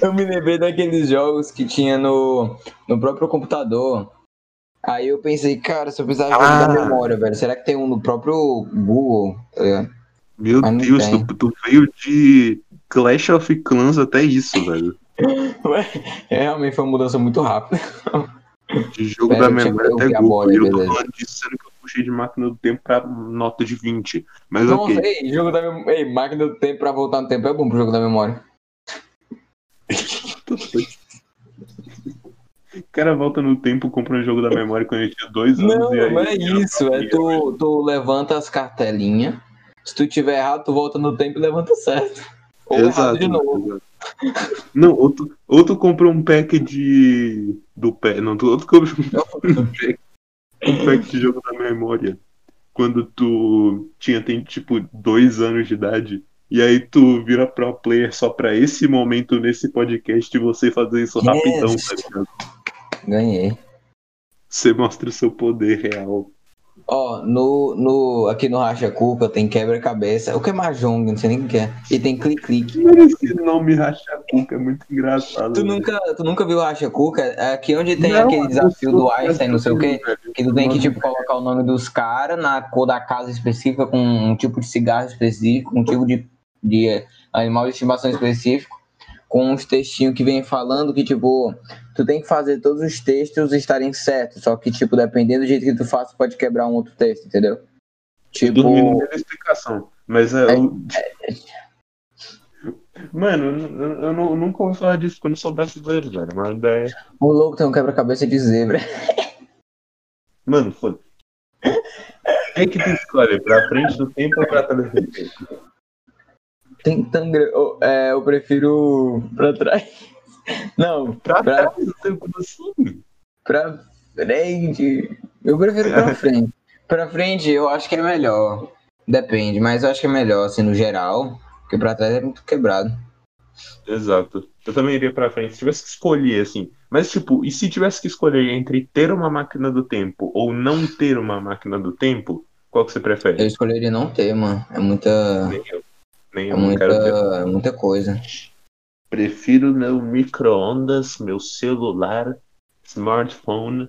[SPEAKER 2] eu me lembrei daqueles jogos que tinha no, no próprio computador. Aí eu pensei, cara, se eu precisar jogar
[SPEAKER 1] Ah.
[SPEAKER 2] da memória, velho, será que tem um no próprio Google? tá ligado?
[SPEAKER 1] Meu
[SPEAKER 2] Mas não
[SPEAKER 1] Deus,
[SPEAKER 2] tem.
[SPEAKER 1] tu, tu veio de Clash of Clans até isso, velho.
[SPEAKER 2] É, realmente foi uma mudança muito rápida.
[SPEAKER 1] De jogo da
[SPEAKER 2] Pera, eu tinha
[SPEAKER 1] memória
[SPEAKER 2] que
[SPEAKER 1] até
[SPEAKER 2] ver a
[SPEAKER 1] Google.
[SPEAKER 2] bola,
[SPEAKER 1] e eu tô
[SPEAKER 2] beleza.
[SPEAKER 1] falando disso sendo que eu puxei de máquina do tempo pra nota de 20. Mas
[SPEAKER 2] Nossa,
[SPEAKER 1] ok.
[SPEAKER 2] ei, jogo da memória. Ei, máquina do tempo pra voltar no tempo é bom pro jogo da memória.
[SPEAKER 1] O cara volta no tempo, compra um jogo da memória quando ele tinha dois anos
[SPEAKER 2] Não,
[SPEAKER 1] e aí.
[SPEAKER 2] não é isso. É tu, tu levanta as cartelinhas. Se tu tiver errado, tu volta no tempo e levanta certo. Ou errado de novo.
[SPEAKER 1] exato. Não, ou tu, ou tu compra um pack de. do pé. Não, tu, ou tu compra um pack, um pack de jogo da memória. Quando tu tinha, tem, tipo, dois anos de idade. E aí tu vira pro player só pra esse momento nesse podcast e você fazer isso
[SPEAKER 2] Yes.
[SPEAKER 1] rapidão, tá ligado?
[SPEAKER 2] Ganhei.
[SPEAKER 1] Você mostra o seu poder real.
[SPEAKER 2] Ó, no, no, aqui no Racha Cuca tem quebra-cabeça. O que é Mahjong? Não sei nem o que é. E tem clique-clique.
[SPEAKER 1] Mano, esse nome racha cuca é muito engraçado.
[SPEAKER 2] Tu
[SPEAKER 1] velho.
[SPEAKER 2] nunca, tu nunca viu o Racha Cuca? É Aqui onde tem
[SPEAKER 1] Não,
[SPEAKER 2] aquele desafio
[SPEAKER 1] eu sou assim.
[SPEAKER 2] do Einstein, não sei o quê.
[SPEAKER 1] velho.
[SPEAKER 2] Que tu tem que,
[SPEAKER 1] Nossa,
[SPEAKER 2] tipo, colocar o nome dos caras na cor da casa específica, com um tipo de cigarro específico, um tipo de, de eh, animal de estimação específico, com uns textinhos que vem falando que, tipo, tu tem que fazer todos os textos estarem certos, só que, tipo, dependendo do jeito que tu faça, pode quebrar um outro texto, entendeu? Tipo,
[SPEAKER 1] Dormindo não teve explicação. Mas é,
[SPEAKER 2] É,
[SPEAKER 1] eu. Mano, eu, eu- eu nu- nunca ouvi falar disso quando eu sou brasileiro, velho. Mas daí.
[SPEAKER 2] o louco tem um quebra-cabeça de zebra.
[SPEAKER 1] Mano, foda. O que é que tu escolhe? Pra frente do tempo ou pra trás do tempo?
[SPEAKER 2] Tem tangra... oh, é, eu prefiro pra trás. Não,
[SPEAKER 1] Pra
[SPEAKER 2] Pra-
[SPEAKER 1] trás do tempo, como assim?
[SPEAKER 2] Pra frente. Eu prefiro pra frente. Pra frente eu acho que é melhor. Depende, mas eu acho que é melhor, assim, no geral. Porque pra trás é muito quebrado.
[SPEAKER 1] Exato. Eu também iria pra frente. Se tivesse que escolher, assim. Mas, tipo, e se tivesse que escolher entre ter uma máquina do tempo ou não ter uma máquina do tempo, qual que você prefere?
[SPEAKER 2] Eu escolheria não ter, mano. É muita.
[SPEAKER 1] Nem eu. Nem
[SPEAKER 2] É
[SPEAKER 1] eu não quero ter.
[SPEAKER 2] muita, é muita coisa.
[SPEAKER 1] Prefiro meu micro-ondas, meu celular, smartphone.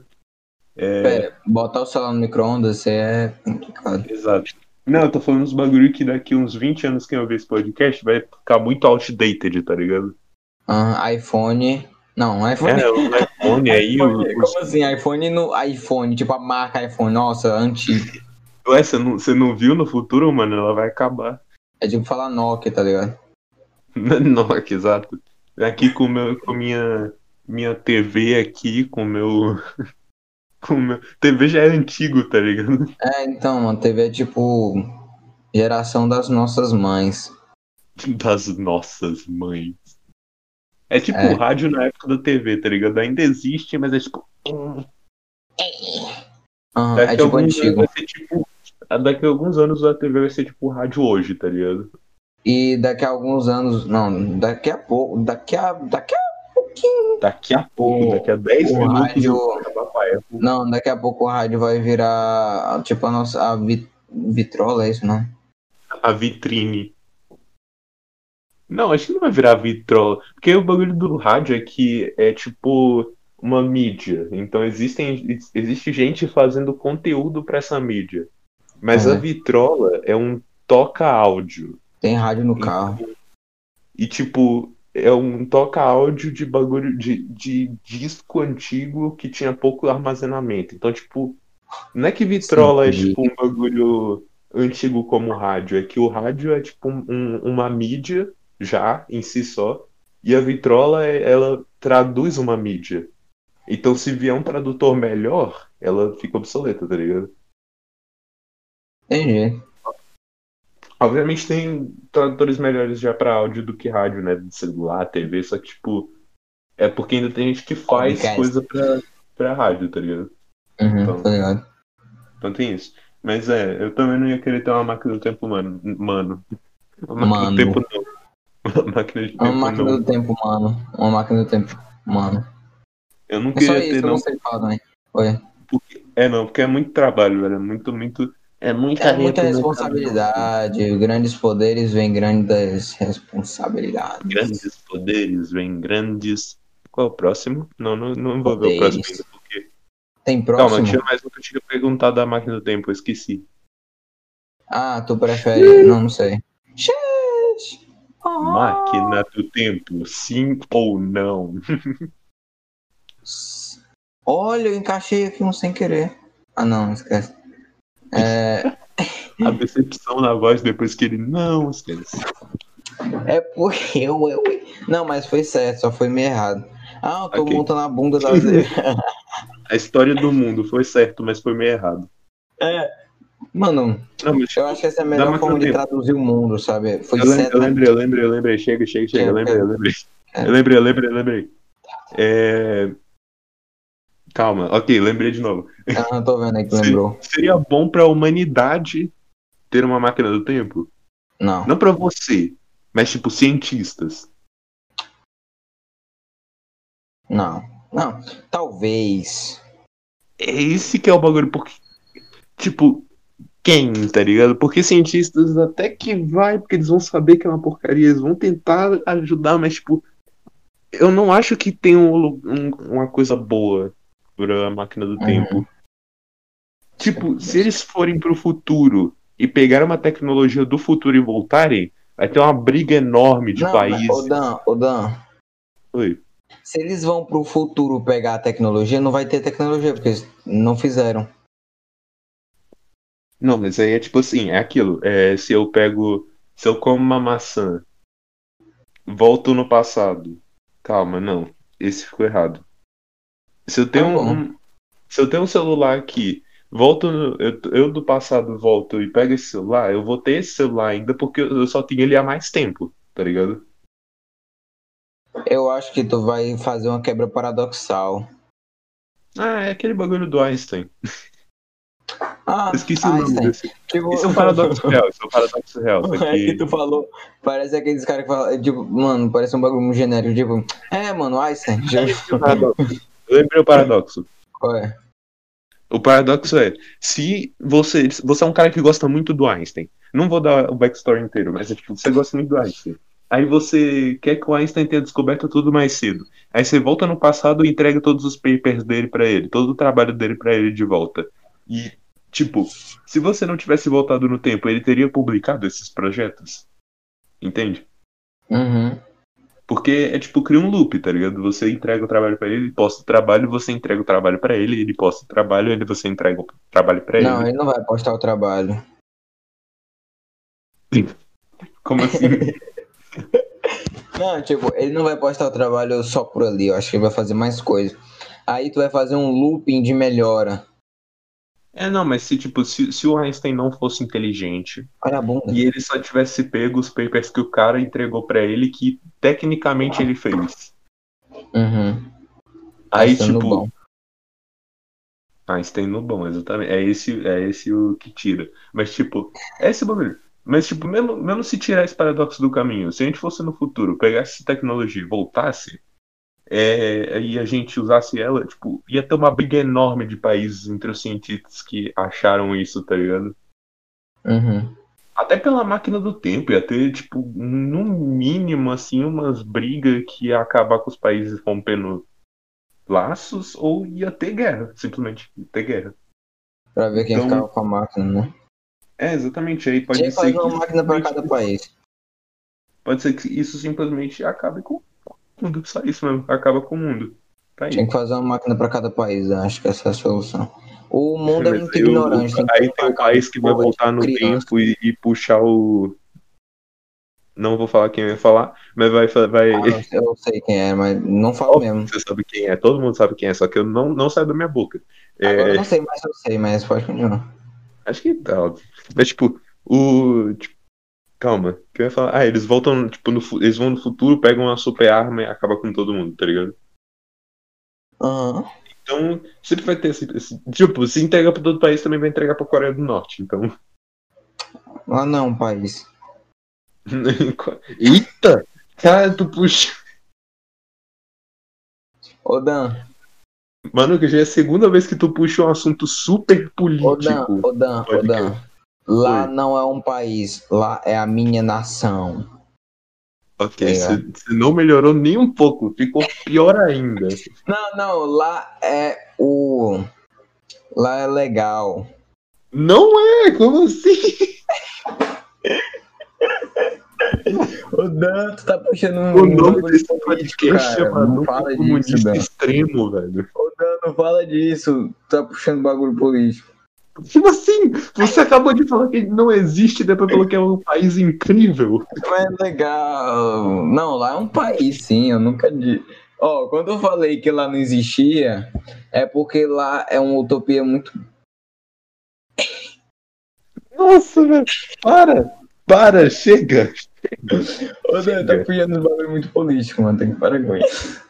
[SPEAKER 2] Pera, botar o celular no micro-ondas você é complicado.
[SPEAKER 1] Exato. Não, eu tô falando uns bagulho que daqui uns 20 anos que eu ouvir esse podcast vai ficar muito outdated, tá ligado?
[SPEAKER 2] Ah, iPhone. Não, iPhone.
[SPEAKER 1] É, o iPhone aí, o,
[SPEAKER 2] iPhone, Como assim? iPhone no iPhone, tipo a marca iPhone, nossa, antigo.
[SPEAKER 1] o- ué, você não, você não viu no futuro, mano? Ela vai acabar.
[SPEAKER 2] É tipo falar Nokia, tá ligado?
[SPEAKER 1] Nossa, exato. Aqui com meu, com minha, minha TV aqui, com meu, com meu. TV já é antigo, tá ligado?
[SPEAKER 2] É, então, mano, TV é tipo geração das nossas mães.
[SPEAKER 1] das nossas mães. É tipo
[SPEAKER 2] É.
[SPEAKER 1] o rádio na época da TV, tá ligado? Ainda existe, mas é tipo. hum,
[SPEAKER 2] Aham,
[SPEAKER 1] Daqui
[SPEAKER 2] é
[SPEAKER 1] a
[SPEAKER 2] tipo
[SPEAKER 1] alguns anos
[SPEAKER 2] Ah, antigo.
[SPEAKER 1] vai ser tipo. Daqui a alguns anos a TV vai ser tipo o rádio hoje, tá ligado?
[SPEAKER 2] E daqui a alguns anos, não, daqui a pouco, daqui a, daqui a pouquinho.
[SPEAKER 1] Daqui a pouco,
[SPEAKER 2] O-
[SPEAKER 1] Tipo, daqui a 10
[SPEAKER 2] o
[SPEAKER 1] minutos
[SPEAKER 2] rádio-
[SPEAKER 1] vai acabar com a Apple.
[SPEAKER 2] Não, daqui a pouco o rádio vai virar tipo a nossa a vi- vitrola, é isso, não?
[SPEAKER 1] a vitrine. Não, acho que não vai virar vitrola. Porque o bagulho do rádio é que é tipo uma mídia. Então existem, ex- existe gente fazendo conteúdo pra essa mídia. Mas
[SPEAKER 2] É.
[SPEAKER 1] a vitrola é um toca-áudio.
[SPEAKER 2] Tem rádio no carro.
[SPEAKER 1] E tipo, é um toca-áudio de bagulho de, de disco antigo que tinha pouco armazenamento. Então, tipo, não é que vitrola é
[SPEAKER 2] Entendi.
[SPEAKER 1] tipo um bagulho antigo como rádio. É que o rádio é tipo um, uma mídia já em si só, e a vitrola é, ela traduz uma mídia. Então se vier um tradutor melhor, ela fica obsoleta, tá ligado?
[SPEAKER 2] Entendi.
[SPEAKER 1] Obviamente tem tradutores melhores já para áudio do que rádio, né? De celular, TV, só que tipo. É porque ainda tem gente que faz
[SPEAKER 2] Podcast.
[SPEAKER 1] coisa pra, pra rádio, tá ligado?
[SPEAKER 2] Uhum,
[SPEAKER 1] Então-
[SPEAKER 2] tá ligado?
[SPEAKER 1] Então tem isso. Mas é, eu também não ia querer ter uma máquina do tempo, mano. Mano. Uma
[SPEAKER 2] Mano.
[SPEAKER 1] máquina
[SPEAKER 2] É
[SPEAKER 1] do tempo não. Uma máquina de tempo
[SPEAKER 2] Uma máquina
[SPEAKER 1] não.
[SPEAKER 2] do tempo, mano. Uma máquina do tempo, mano.
[SPEAKER 1] Eu não
[SPEAKER 2] É só
[SPEAKER 1] queria
[SPEAKER 2] isso,
[SPEAKER 1] ter,
[SPEAKER 2] eu
[SPEAKER 1] não.
[SPEAKER 2] não sei falar também. Oi.
[SPEAKER 1] É não, porque é muito trabalho, velho. É muito, muito. É muita,
[SPEAKER 2] É muita
[SPEAKER 1] areia pro
[SPEAKER 2] responsabilidade. Grandes poderes vêm grandes
[SPEAKER 1] mercado.
[SPEAKER 2] responsabilidades.
[SPEAKER 1] Grandes poderes, vem grandes. Qual é o próximo? Não, não, não vou ver o
[SPEAKER 2] Poderes.
[SPEAKER 1] próximo ainda. Porque...
[SPEAKER 2] Tem
[SPEAKER 1] Calma,
[SPEAKER 2] próximo?
[SPEAKER 1] tinha mais um que eu tinha perguntado da máquina do tempo, eu esqueci.
[SPEAKER 2] Ah, tu prefere. Não, não sei.
[SPEAKER 1] Máquina do tempo, sim ou não?
[SPEAKER 2] Olha, eu encaixei aqui um sem querer. Ah, não, esquece. É,
[SPEAKER 1] A decepção na voz depois que ele não esquece.
[SPEAKER 2] é porque eu, eu. Não, mas foi certo, só foi meio errado. Ah, eu tô
[SPEAKER 1] Ok.
[SPEAKER 2] montando a bunda da.
[SPEAKER 1] A história do mundo foi certo, mas foi meio errado.
[SPEAKER 2] Mano,
[SPEAKER 1] Não, mas
[SPEAKER 2] eu acho que essa é a
[SPEAKER 1] Dá
[SPEAKER 2] melhor
[SPEAKER 1] mais
[SPEAKER 2] forma de
[SPEAKER 1] tempo.
[SPEAKER 2] traduzir o mundo, sabe? Foi
[SPEAKER 1] eu, lem-
[SPEAKER 2] certo.
[SPEAKER 1] eu lembrei, eu lembrei, eu lembrei. Chega, chega, chega. Eu
[SPEAKER 2] é Chega, É. Tá.
[SPEAKER 1] lembrei, eu lembrei. Eu lembrei, eu lembrei, eu lembrei. É... Calma, ok, lembrei de novo.
[SPEAKER 2] Ah, eu tô vendo aí que lembrou.
[SPEAKER 1] Seria bom pra humanidade ter uma máquina do tempo?
[SPEAKER 2] Não.
[SPEAKER 1] Não pra você, mas tipo cientistas.
[SPEAKER 2] Não, não. Talvez.
[SPEAKER 1] É esse que é o bagulho, porque. Tipo, quem, tá ligado? Porque cientistas até que vai, porque eles vão saber que é uma porcaria, eles vão tentar ajudar, mas tipo. Eu não acho que tem um lu- um- uma coisa boa pra máquina do
[SPEAKER 2] Uhum.
[SPEAKER 1] tempo. Tipo, se eles forem pro futuro e pegarem uma tecnologia do futuro e voltarem, vai ter uma briga enorme de
[SPEAKER 2] não,
[SPEAKER 1] países.
[SPEAKER 2] Ô Dan, ô Dan,
[SPEAKER 1] Oi.
[SPEAKER 2] se eles vão pro futuro pegar a tecnologia, não vai ter tecnologia, porque eles não fizeram.
[SPEAKER 1] Não, mas aí é tipo assim, é aquilo. É, se eu pego. Se eu como uma maçã, volto no passado. Calma, não. Esse ficou errado. Se eu tenho
[SPEAKER 2] Tá bom.
[SPEAKER 1] um. Se eu tenho um celular aqui, volto no- eu, eu do passado volto e pego esse celular, eu vou ter esse celular ainda porque eu eu só tinha ele há mais tempo, tá ligado?
[SPEAKER 2] Eu acho que tu vai fazer uma quebra paradoxal.
[SPEAKER 1] Ah, é aquele bagulho do Einstein.
[SPEAKER 2] Ah,
[SPEAKER 1] Eu esqueci o nome
[SPEAKER 2] Einstein.
[SPEAKER 1] desse.
[SPEAKER 2] Tipo,
[SPEAKER 1] Isso é um paradoxo real, isso é um paradoxo real. Só
[SPEAKER 2] É que
[SPEAKER 1] que
[SPEAKER 2] tu falou, parece aqueles caras que falam, tipo, mano, parece um bagulho muito genérico, tipo, é, mano, Einstein, já
[SPEAKER 1] Eu lembrei o paradoxo.
[SPEAKER 2] qual é?
[SPEAKER 1] O paradoxo é, se você, você é um cara que gosta muito do Einstein, não vou dar o backstory inteiro, mas é tipo, você gosta muito do Einstein. Aí você quer que o Einstein tenha descoberto tudo mais cedo. Aí você volta no passado e entrega todos os papers dele pra ele, todo o trabalho dele pra ele de volta. E tipo, se você não tivesse voltado no tempo, ele teria publicado esses projetos. Entende?
[SPEAKER 2] Uhum.
[SPEAKER 1] Porque é tipo cria um loop, tá ligado? Você entrega o trabalho pra ele, ele posta o trabalho, você entrega o trabalho pra ele, ele posta o trabalho, ele você entrega o trabalho pra ele.
[SPEAKER 2] Não, ele não vai postar o trabalho. é-
[SPEAKER 1] Como assim?
[SPEAKER 2] Não, tipo, ele não vai postar o trabalho só por ali, eu acho que ele vai fazer mais coisa. Aí tu vai fazer um looping de melhora.
[SPEAKER 1] é, não, mas se, tipo, se, se o Einstein não fosse inteligente
[SPEAKER 2] Olha a bunda.
[SPEAKER 1] e ele só tivesse pego os papers que o cara entregou pra ele, que tecnicamente ele fez.
[SPEAKER 2] Uhum.
[SPEAKER 1] Aí,
[SPEAKER 2] Tá sendo
[SPEAKER 1] tipo,
[SPEAKER 2] bom.
[SPEAKER 1] Einstein no bom, exatamente. É esse, é esse o que tira. Mas, tipo, é esse o bagulho. Mas, tipo, mesmo, mesmo se tirar esse paradoxo do caminho, se a gente fosse no futuro, pegasse essa tecnologia e voltasse, é, e a gente usasse ela, tipo, ia ter uma briga enorme de países entre os cientistas que acharam isso, tá ligado?
[SPEAKER 2] Uhum.
[SPEAKER 1] Até pela máquina do tempo, ia ter, tipo, no mínimo, assim, umas brigas que ia acabar com os países rompendo laços, ou ia ter guerra, simplesmente, ia ter guerra.
[SPEAKER 2] Pra ver quem
[SPEAKER 1] Então-
[SPEAKER 2] ficava com a máquina, né?
[SPEAKER 1] É, exatamente, aí pode
[SPEAKER 2] Tinha que
[SPEAKER 1] ser
[SPEAKER 2] fazer
[SPEAKER 1] que
[SPEAKER 2] uma máquina pra
[SPEAKER 1] simplesmente-
[SPEAKER 2] cada país.
[SPEAKER 1] Pode ser que isso simplesmente acabe com o mundo, só isso mesmo, acaba com o mundo. Tá aí.
[SPEAKER 2] Tinha que fazer uma máquina pra cada país, eu acho que essa é a solução. O mundo é muito
[SPEAKER 1] Mas eu-
[SPEAKER 2] ignorante. que
[SPEAKER 1] Aí
[SPEAKER 2] ter
[SPEAKER 1] tem
[SPEAKER 2] um
[SPEAKER 1] o país que vai
[SPEAKER 2] povo,
[SPEAKER 1] voltar
[SPEAKER 2] tipo,
[SPEAKER 1] no
[SPEAKER 2] criança.
[SPEAKER 1] tempo e, e puxar o. Não vou falar quem eu ia falar, mas vai. fa- vai...
[SPEAKER 2] Ah, eu sei quem é, mas não falo mesmo.
[SPEAKER 1] Você sabe quem é, todo mundo sabe quem é, só que eu não, não saio da minha boca. É,
[SPEAKER 2] Agora eu não sei, mas eu sei, mas pode continuar.
[SPEAKER 1] Acho que tá óbvio. Mas, tipo, o. tipo, calma. Que eu ia falar. Ah, eles voltam, tipo, no, fu- eles vão no futuro, pegam uma super arma e acaba com todo mundo, tá ligado?
[SPEAKER 2] Aham.
[SPEAKER 1] Então, sempre vai ter esse. esse- tipo, se entregar pra todo país, também vai entregar pra Coreia do Norte. Então.
[SPEAKER 2] Lá não, é um país.
[SPEAKER 1] Eita! Cara, tu puxa.
[SPEAKER 2] Ô Dan,
[SPEAKER 1] Mano, que já é a segunda vez que tu puxa um assunto super
[SPEAKER 2] ô Dan,
[SPEAKER 1] político.
[SPEAKER 2] ô Dan, ô
[SPEAKER 1] Tipo, Pode
[SPEAKER 2] Dan. Lá
[SPEAKER 1] Oi.
[SPEAKER 2] não é um país, lá é a minha nação.
[SPEAKER 1] Ok,
[SPEAKER 2] É.
[SPEAKER 1] você você não melhorou nem um pouco, ficou pior ainda.
[SPEAKER 2] Não, não, lá é o. Lá é legal.
[SPEAKER 1] Não é? Como assim?
[SPEAKER 2] Ô Dan, tu tá puxando um.
[SPEAKER 1] O nome
[SPEAKER 2] bagulho
[SPEAKER 1] desse
[SPEAKER 2] político,
[SPEAKER 1] podcast
[SPEAKER 2] cara.
[SPEAKER 1] é Manu
[SPEAKER 2] Não fala
[SPEAKER 1] Comunista
[SPEAKER 2] disso, Dan.
[SPEAKER 1] Extremo, velho.
[SPEAKER 2] Ô Dan, não fala disso. Tu tá puxando bagulho político.
[SPEAKER 1] Como assim? Você acabou de falar que ele não existe, depois falou que é um país incrível.
[SPEAKER 2] Mas é legal. Não, lá é um país, sim, eu nunca disse. Ó, quando eu falei que lá não existia, é porque lá é uma utopia muito.
[SPEAKER 1] Nossa, velho. Para! Para, chega!
[SPEAKER 2] Ô Dan, tá puxando um bagulho muito político, mano. Tem que parar com isso.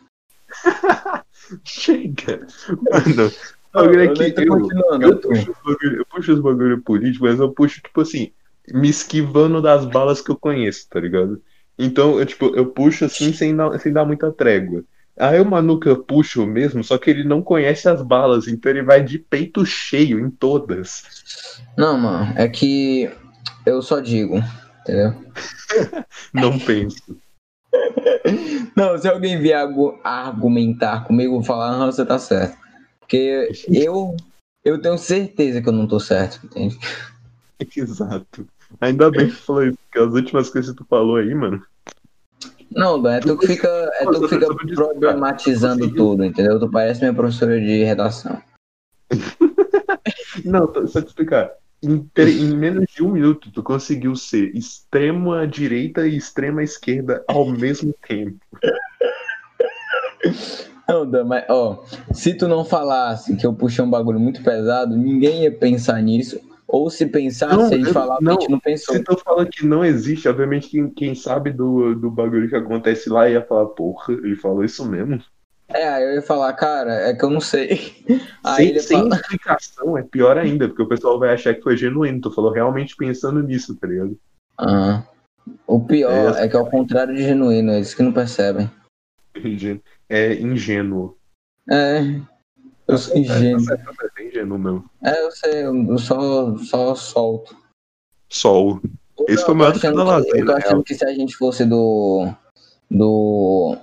[SPEAKER 1] Chega! Mano, olha aqui,
[SPEAKER 2] tô
[SPEAKER 1] eu,
[SPEAKER 2] continuando.
[SPEAKER 1] eu puxo os bagulho, eu puxo os bagulho político, mas eu puxo, tipo assim, me esquivando das balas que eu conheço, tá ligado? Então, eu, tipo, eu puxo assim sem dar, sem dar muita trégua. Aí o Manuca puxa o mesmo, só que ele não conhece as balas, então ele vai de peito cheio em todas.
[SPEAKER 2] Não, mano, é que eu só digo, entendeu?
[SPEAKER 1] Não penso.
[SPEAKER 2] Não, se alguém vier argu- argumentar comigo, falar, não, você tá certo. Porque eu, eu tenho certeza que eu não tô certo, entende?
[SPEAKER 1] Exato. Ainda bem que tu falou isso, porque as últimas coisas que tu falou aí, mano.
[SPEAKER 2] Não, Dan, é tu que fica, é tu que fica problematizando tudo, entendeu? Tu parece minha professora de redação.
[SPEAKER 1] Não, tô- só te explicar. Em, tre- em menos de um minuto, tu conseguiu ser extrema direita e extrema esquerda ao mesmo tempo.
[SPEAKER 2] Não, Dan, mas, ó, se tu não falasse que eu puxei um bagulho muito pesado, ninguém ia pensar nisso. Ou se pensasse,
[SPEAKER 1] Não,
[SPEAKER 2] a gente
[SPEAKER 1] eu-
[SPEAKER 2] falava que
[SPEAKER 1] não,
[SPEAKER 2] a gente não pensou.
[SPEAKER 1] Se tu fala que não existe, obviamente quem, quem sabe do, do bagulho que acontece lá ia falar, porra, ele falou isso mesmo.
[SPEAKER 2] É, aí eu ia falar, cara, é que eu não sei.
[SPEAKER 1] sem
[SPEAKER 2] Aí Ah, ele
[SPEAKER 1] sem
[SPEAKER 2] fala,
[SPEAKER 1] explicação é pior ainda, porque o pessoal vai achar que foi genuíno. Tu falou realmente pensando nisso, tá ligado?
[SPEAKER 2] Ah, o
[SPEAKER 1] É,
[SPEAKER 2] pior
[SPEAKER 1] essa-
[SPEAKER 2] é, que é o contrário de genuíno, eles que não percebem.
[SPEAKER 1] Ingênuo. É ingênuo.
[SPEAKER 2] É, eu sou ingênuo.
[SPEAKER 1] É, tá certo, é ingênuo mesmo.
[SPEAKER 2] É, eu sei, eu só, só solto.
[SPEAKER 1] Sol. Esse foi o
[SPEAKER 2] Eu tô
[SPEAKER 1] maior
[SPEAKER 2] achando
[SPEAKER 1] da
[SPEAKER 2] que-
[SPEAKER 1] lasanha,
[SPEAKER 2] Eu tô
[SPEAKER 1] na
[SPEAKER 2] achando que se a gente fosse do, do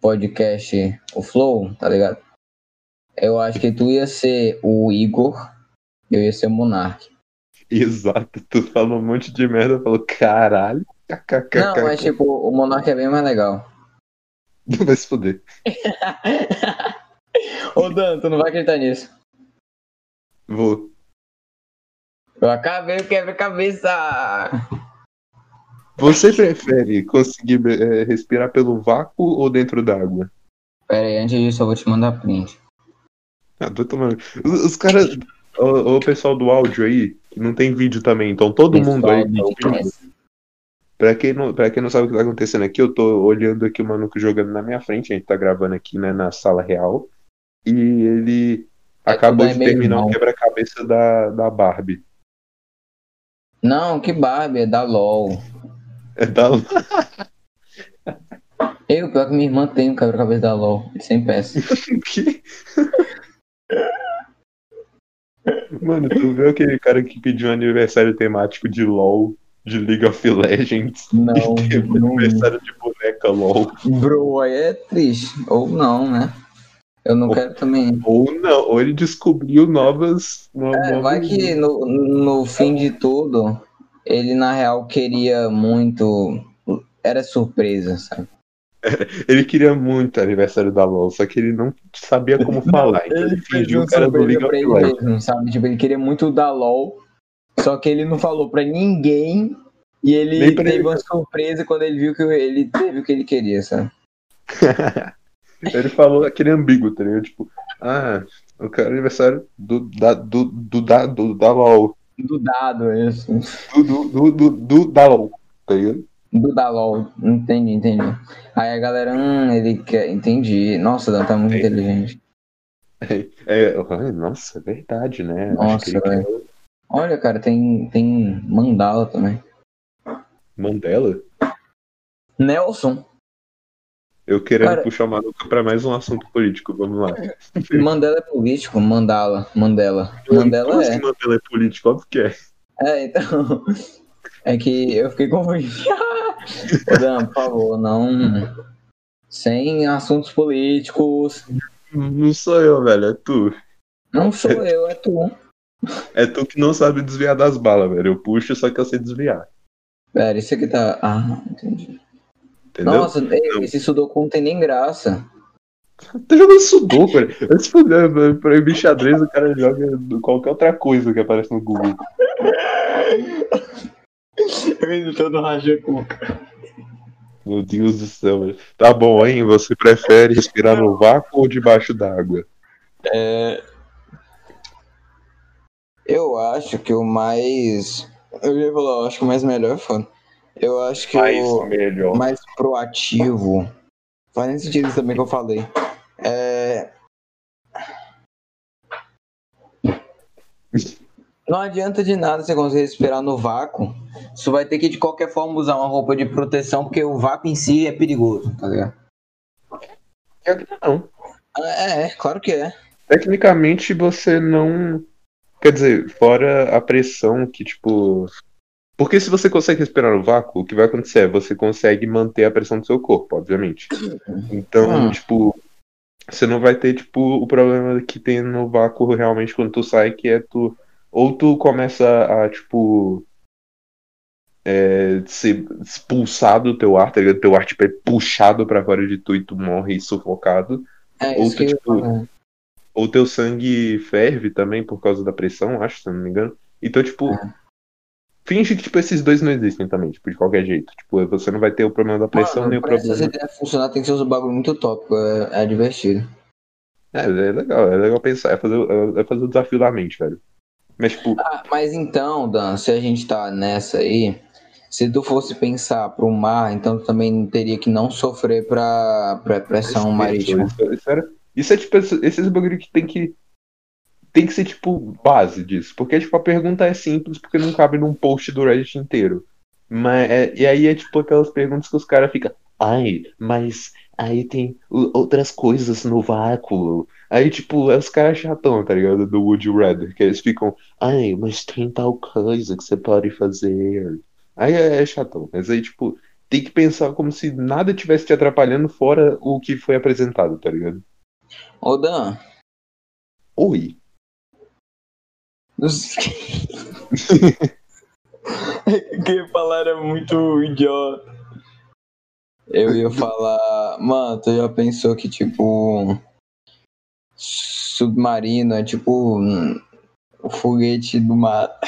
[SPEAKER 2] podcast O Flow, tá ligado? Eu acho que tu ia ser o Igor, eu ia ser o Monark.
[SPEAKER 1] Exato. Tu falou um monte de merda, falou, caralho. kkk,
[SPEAKER 2] Não, é mas tipo, o Monark é bem mais legal.
[SPEAKER 1] Vai se fuder.
[SPEAKER 2] Ô Dan, tu não vai acreditar nisso.
[SPEAKER 1] Vou.
[SPEAKER 2] Eu acabei o quebra-cabeça!
[SPEAKER 1] Você prefere conseguir eh, respirar pelo vácuo ou dentro d'água?
[SPEAKER 2] Pera aí, antes disso eu vou te mandar print.
[SPEAKER 1] Ah, tô tomando. Os, os caras. O, pessoal do áudio aí, que não tem vídeo também, então todo mundo
[SPEAKER 2] é
[SPEAKER 1] aí. Tá ouvindo. pra, quem não, pra quem não sabe o que tá acontecendo aqui, eu tô olhando aqui o Manuco jogando na minha frente, a gente tá gravando aqui né, na sala real. E ele
[SPEAKER 2] É,
[SPEAKER 1] acabou
[SPEAKER 2] tudo
[SPEAKER 1] de
[SPEAKER 2] é meio
[SPEAKER 1] terminar o
[SPEAKER 2] mal.
[SPEAKER 1] quebra-cabeça da, da Barbie.
[SPEAKER 2] Não, que Barbie, é da LOL.
[SPEAKER 1] É da...
[SPEAKER 2] Eu, pior que minha irmã tem um quebra-cabeça da LOL, sem peça.
[SPEAKER 1] Que- Mano, tu viu aquele cara que pediu um aniversário temático de LOL, de League of Legends,
[SPEAKER 2] Não, não.
[SPEAKER 1] aniversário de boneca LOL?
[SPEAKER 2] Bro, aí é triste. Ou não, né? Eu não
[SPEAKER 1] Ou-
[SPEAKER 2] quero também.
[SPEAKER 1] Ou não, ou ele descobriu novas. no-
[SPEAKER 2] É,
[SPEAKER 1] novos-
[SPEAKER 2] vai que no, no fim de tudo, ele na real queria muito. Era surpresa, sabe?
[SPEAKER 1] Ele queria muito aniversário da LOL, só que ele não sabia como falar. Então ele fingiu o cara do League of
[SPEAKER 2] um Pra ele
[SPEAKER 1] Legends.
[SPEAKER 2] mesmo, sabe? Tipo, ele queria muito o da LOL, só que ele não falou pra ninguém. E ele
[SPEAKER 1] Nem pra
[SPEAKER 2] teve
[SPEAKER 1] ele.
[SPEAKER 2] uma surpresa quando ele viu que ele teve o que ele queria, sabe?
[SPEAKER 1] Então Ele falou aquele ambíguo, tá ligado? Tipo, ah, eu quero aniversário do, da, do, do, da, do, da LOL.
[SPEAKER 2] Do dado, assim, isso.
[SPEAKER 1] Do, do, do, do, do da LOL, tá ligado?
[SPEAKER 2] Do da LOL. Entendi, entendi. Aí a galera, hum, ele quer. Entendi. Nossa, Dan tá muito
[SPEAKER 1] Entendi.
[SPEAKER 2] inteligente.
[SPEAKER 1] É, ai, nossa, é verdade, né? Acho
[SPEAKER 2] Nossa,
[SPEAKER 1] que ele
[SPEAKER 2] velho.
[SPEAKER 1] quer
[SPEAKER 2] Olha, cara, tem, tem mandala também.
[SPEAKER 1] Mandela.
[SPEAKER 2] Nelson.
[SPEAKER 1] Eu querendo
[SPEAKER 2] Cara-
[SPEAKER 1] puxar o maluco pra mais um assunto político, vamos lá.
[SPEAKER 2] Mandela é político? Mandala. Mandela.
[SPEAKER 1] Como
[SPEAKER 2] Mandela é.
[SPEAKER 1] assim Mandela é político, óbvio que é.
[SPEAKER 2] É, então. É que eu fiquei confundido. Ô, Dan, por favor, não. Sem assuntos políticos.
[SPEAKER 1] Não sou eu, velho, é tu.
[SPEAKER 2] Não sou eu, é tu.
[SPEAKER 1] É tu que não sabe desviar das balas, velho. Eu puxo, só que eu sei desviar.
[SPEAKER 2] Pera, isso aqui tá. Ah, entendi.
[SPEAKER 1] Entendeu?
[SPEAKER 2] Nossa, ei, esse sudoku não tem nem graça.
[SPEAKER 1] Tá jogando sudoku, velho. Esse problema, pra mim, xadrez, o cara joga qualquer outra coisa que aparece no Google.
[SPEAKER 2] Eu ainda tô no Rajacuca.
[SPEAKER 1] Meu Deus do céu, velho. Tá bom, hein? Você prefere respirar no vácuo ou debaixo d'água?
[SPEAKER 2] Eu acho que o mais. Eu ia falar, eu acho que o mais melhor é foda. Eu acho que
[SPEAKER 1] Mais
[SPEAKER 2] o
[SPEAKER 1] melhor.
[SPEAKER 2] mais proativo. Faz nem sentido isso também que eu falei. É. Não adianta de nada você conseguir respirar no vácuo. Você vai ter que de qualquer forma usar uma roupa de proteção, porque o vácuo em si é perigoso, tá ligado?
[SPEAKER 1] Não.
[SPEAKER 2] É, é, claro que é.
[SPEAKER 1] Tecnicamente, você não. Quer dizer, fora a pressão que, tipo. Porque se você consegue respirar no vácuo, o que vai acontecer é você consegue manter a pressão do seu corpo, obviamente. Então,
[SPEAKER 2] Hum.
[SPEAKER 1] tipo, você não vai ter, tipo, o problema que tem no vácuo realmente quando tu sai, que é tu. Ou tu começa a, tipo. É, ser expulsado do teu ar, tá ligado? Teu ar, tipo, é puxado pra fora de tu e tu morre sufocado.
[SPEAKER 2] É
[SPEAKER 1] Ou
[SPEAKER 2] isso
[SPEAKER 1] tu,
[SPEAKER 2] que
[SPEAKER 1] tipo, ou teu sangue ferve também por causa da pressão, acho, se eu não me engano. Então, tipo, finge que tipo, esses dois não existem também, tipo, de qualquer jeito. Tipo, você não vai ter o problema da pressão
[SPEAKER 2] Mano,
[SPEAKER 1] nem o
[SPEAKER 2] pra essas
[SPEAKER 1] problema.
[SPEAKER 2] ideias funcionar tem que ser um bagulho muito tópico, é, é divertido.
[SPEAKER 1] É, é legal, é legal pensar, é fazer, o- é fazer o desafio da mente, velho. Mas, tipo,
[SPEAKER 2] Ah, mas então, Dan, se a gente tá nessa aí, se tu fosse pensar pro mar, então tu também teria que não sofrer pra, pra pressão marítima.
[SPEAKER 1] é tipo, Isso, isso era- isso é tipo esse- esses bagulho que tem que. Tem que ser, tipo, base disso. Porque, tipo, a pergunta é simples porque não cabe num post do Reddit inteiro. Mas, é- e aí é tipo aquelas perguntas que os caras ficam. Ai, mas aí tem o- outras coisas no vácuo. Aí, tipo, é os caras chatão, tá ligado? Do Would You Rather, que eles ficam, ai, mas tem tal coisa que você pode fazer. Aí é, é chatão. Mas aí, tipo, tem que pensar como se nada estivesse te atrapalhando fora o que foi apresentado, tá ligado?
[SPEAKER 2] Ô, Dan,
[SPEAKER 1] Oi.
[SPEAKER 2] os- que falar era muito idiota. Eu ia falar, mano, tu já pensou que tipo submarino é tipo hum, o foguete do mar.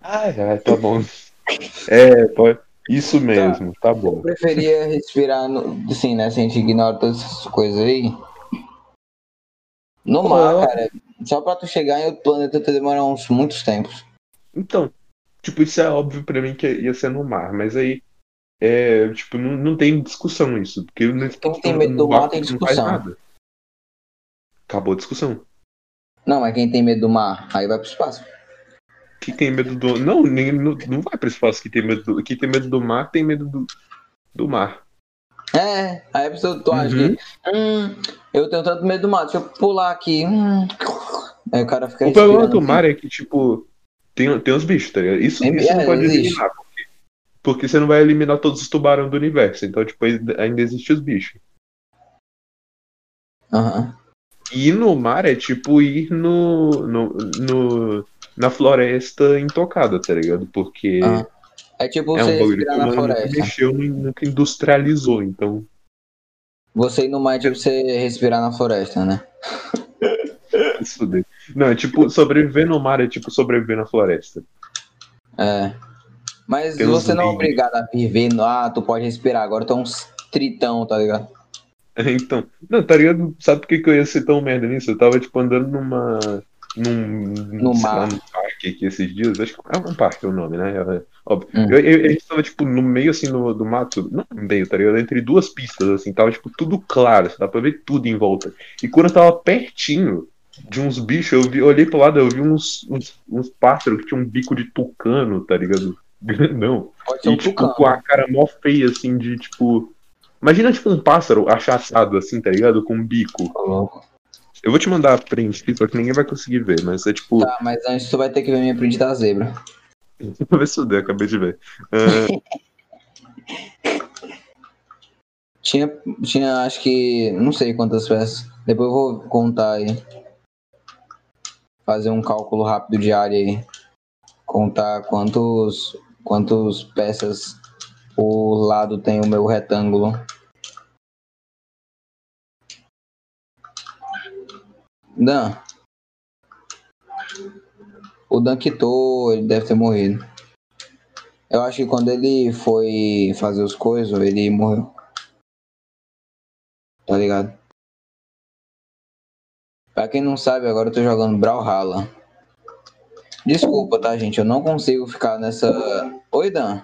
[SPEAKER 1] Ah, é, tá bom. É, pode... isso mesmo, tá bom.
[SPEAKER 2] preferia respirar no. Assim, né? Se a gente ignora todas essas coisas aí. No mar,
[SPEAKER 1] Ah.
[SPEAKER 2] cara. Só pra tu chegar em outro planeta tu demora uns muitos tempos.
[SPEAKER 1] Então, tipo, isso é óbvio pra mim que ia ser no mar, mas aí, é, tipo, não, não tem discussão isso, porque não
[SPEAKER 2] Quem tem medo do mar tem discussão.
[SPEAKER 1] Acabou a discussão.
[SPEAKER 2] Não, mas quem tem medo do mar, aí vai pro espaço.
[SPEAKER 1] Quem tem medo do. Não, nem, não, não vai pra espaço que tem medo do. Quem tem medo do mar tem medo do, do mar.
[SPEAKER 2] É, aí a pessoa tu acha
[SPEAKER 1] Uhum.
[SPEAKER 2] que. Hum, eu tenho tanto medo do mar, deixa eu pular aqui. Hum. Aí o cara fica.
[SPEAKER 1] O problema
[SPEAKER 2] respirando
[SPEAKER 1] do mar é que, tipo, tem, tem os bichos, tá ligado? Isso,
[SPEAKER 2] Tem-
[SPEAKER 1] isso
[SPEAKER 2] é,
[SPEAKER 1] não pode
[SPEAKER 2] existe.
[SPEAKER 1] eliminar, porque, porque você não vai eliminar todos os tubarões do universo. Então, tipo, ainda ainda existem os bichos.
[SPEAKER 2] assim. Aham.
[SPEAKER 1] E ir no mar é tipo ir no, no, no- na floresta intocada, tá ligado? Porque
[SPEAKER 2] Ah. É tipo você
[SPEAKER 1] bagulho
[SPEAKER 2] respirar na
[SPEAKER 1] mano, nunca
[SPEAKER 2] floresta.
[SPEAKER 1] mexeu, nem- nunca industrializou, então.
[SPEAKER 2] Você ir no mar é tipo você respirar na floresta, né?
[SPEAKER 1] Isso fudeu. Não, é tipo, sobreviver no mar é tipo sobreviver na floresta.
[SPEAKER 2] É. Mas
[SPEAKER 1] Tem uns
[SPEAKER 2] você não é
[SPEAKER 1] livros.
[SPEAKER 2] obrigado a viver no. Ah, tu pode respirar. Agora tu é um tritão, tá ligado?
[SPEAKER 1] Então, não, tá ligado? Sabe por que, que eu ia ser tão merda nisso? Eu tava, tipo, andando numa. Num.
[SPEAKER 2] No
[SPEAKER 1] sei
[SPEAKER 2] mar.
[SPEAKER 1] lá, num parque aqui esses dias. Acho que é um parque o nome, né? É, óbvio.
[SPEAKER 2] Hum.
[SPEAKER 1] Eu, eu, a gente tava, tipo, no meio, assim, do, do mato. Não no meio, tá ligado? Entre duas pistas, assim. Tava, tipo, tudo claro. Dá pra ver tudo em volta. E quando eu tava pertinho de uns bichos, eu, vi, eu olhei pro lado, eu vi uns, uns, uns pássaros que tinha um bico de tucano, tá ligado? Grandão.
[SPEAKER 2] Pode ser
[SPEAKER 1] E,
[SPEAKER 2] um
[SPEAKER 1] tipo,
[SPEAKER 2] tucano.
[SPEAKER 1] com a cara mó feia, assim, de tipo. Imagina, tipo, um pássaro achaçado, assim, tá ligado? Com um bico.
[SPEAKER 2] Ô, louco.
[SPEAKER 1] Eu vou te mandar a print, só que ninguém vai conseguir ver, mas é tipo.
[SPEAKER 2] Tá, mas antes tu vai ter que ver minha print da zebra.
[SPEAKER 1] Vou ver se eu der, acabei de ver. Ah,
[SPEAKER 2] Tinha, tinha acho que. Não sei quantas peças. Depois eu vou contar aí. Fazer um cálculo rápido diário aí. Contar quantos. Quantos peças o lado tem o meu retângulo. Dan. O Dan quitou, ele deve ter morrido. Eu acho que quando ele foi fazer os coisas, ele morreu. Tá ligado? Pra quem não sabe, agora eu tô jogando Brawlhalla. Desculpa, tá, gente? Eu não consigo ficar nessa. Oi, Dan.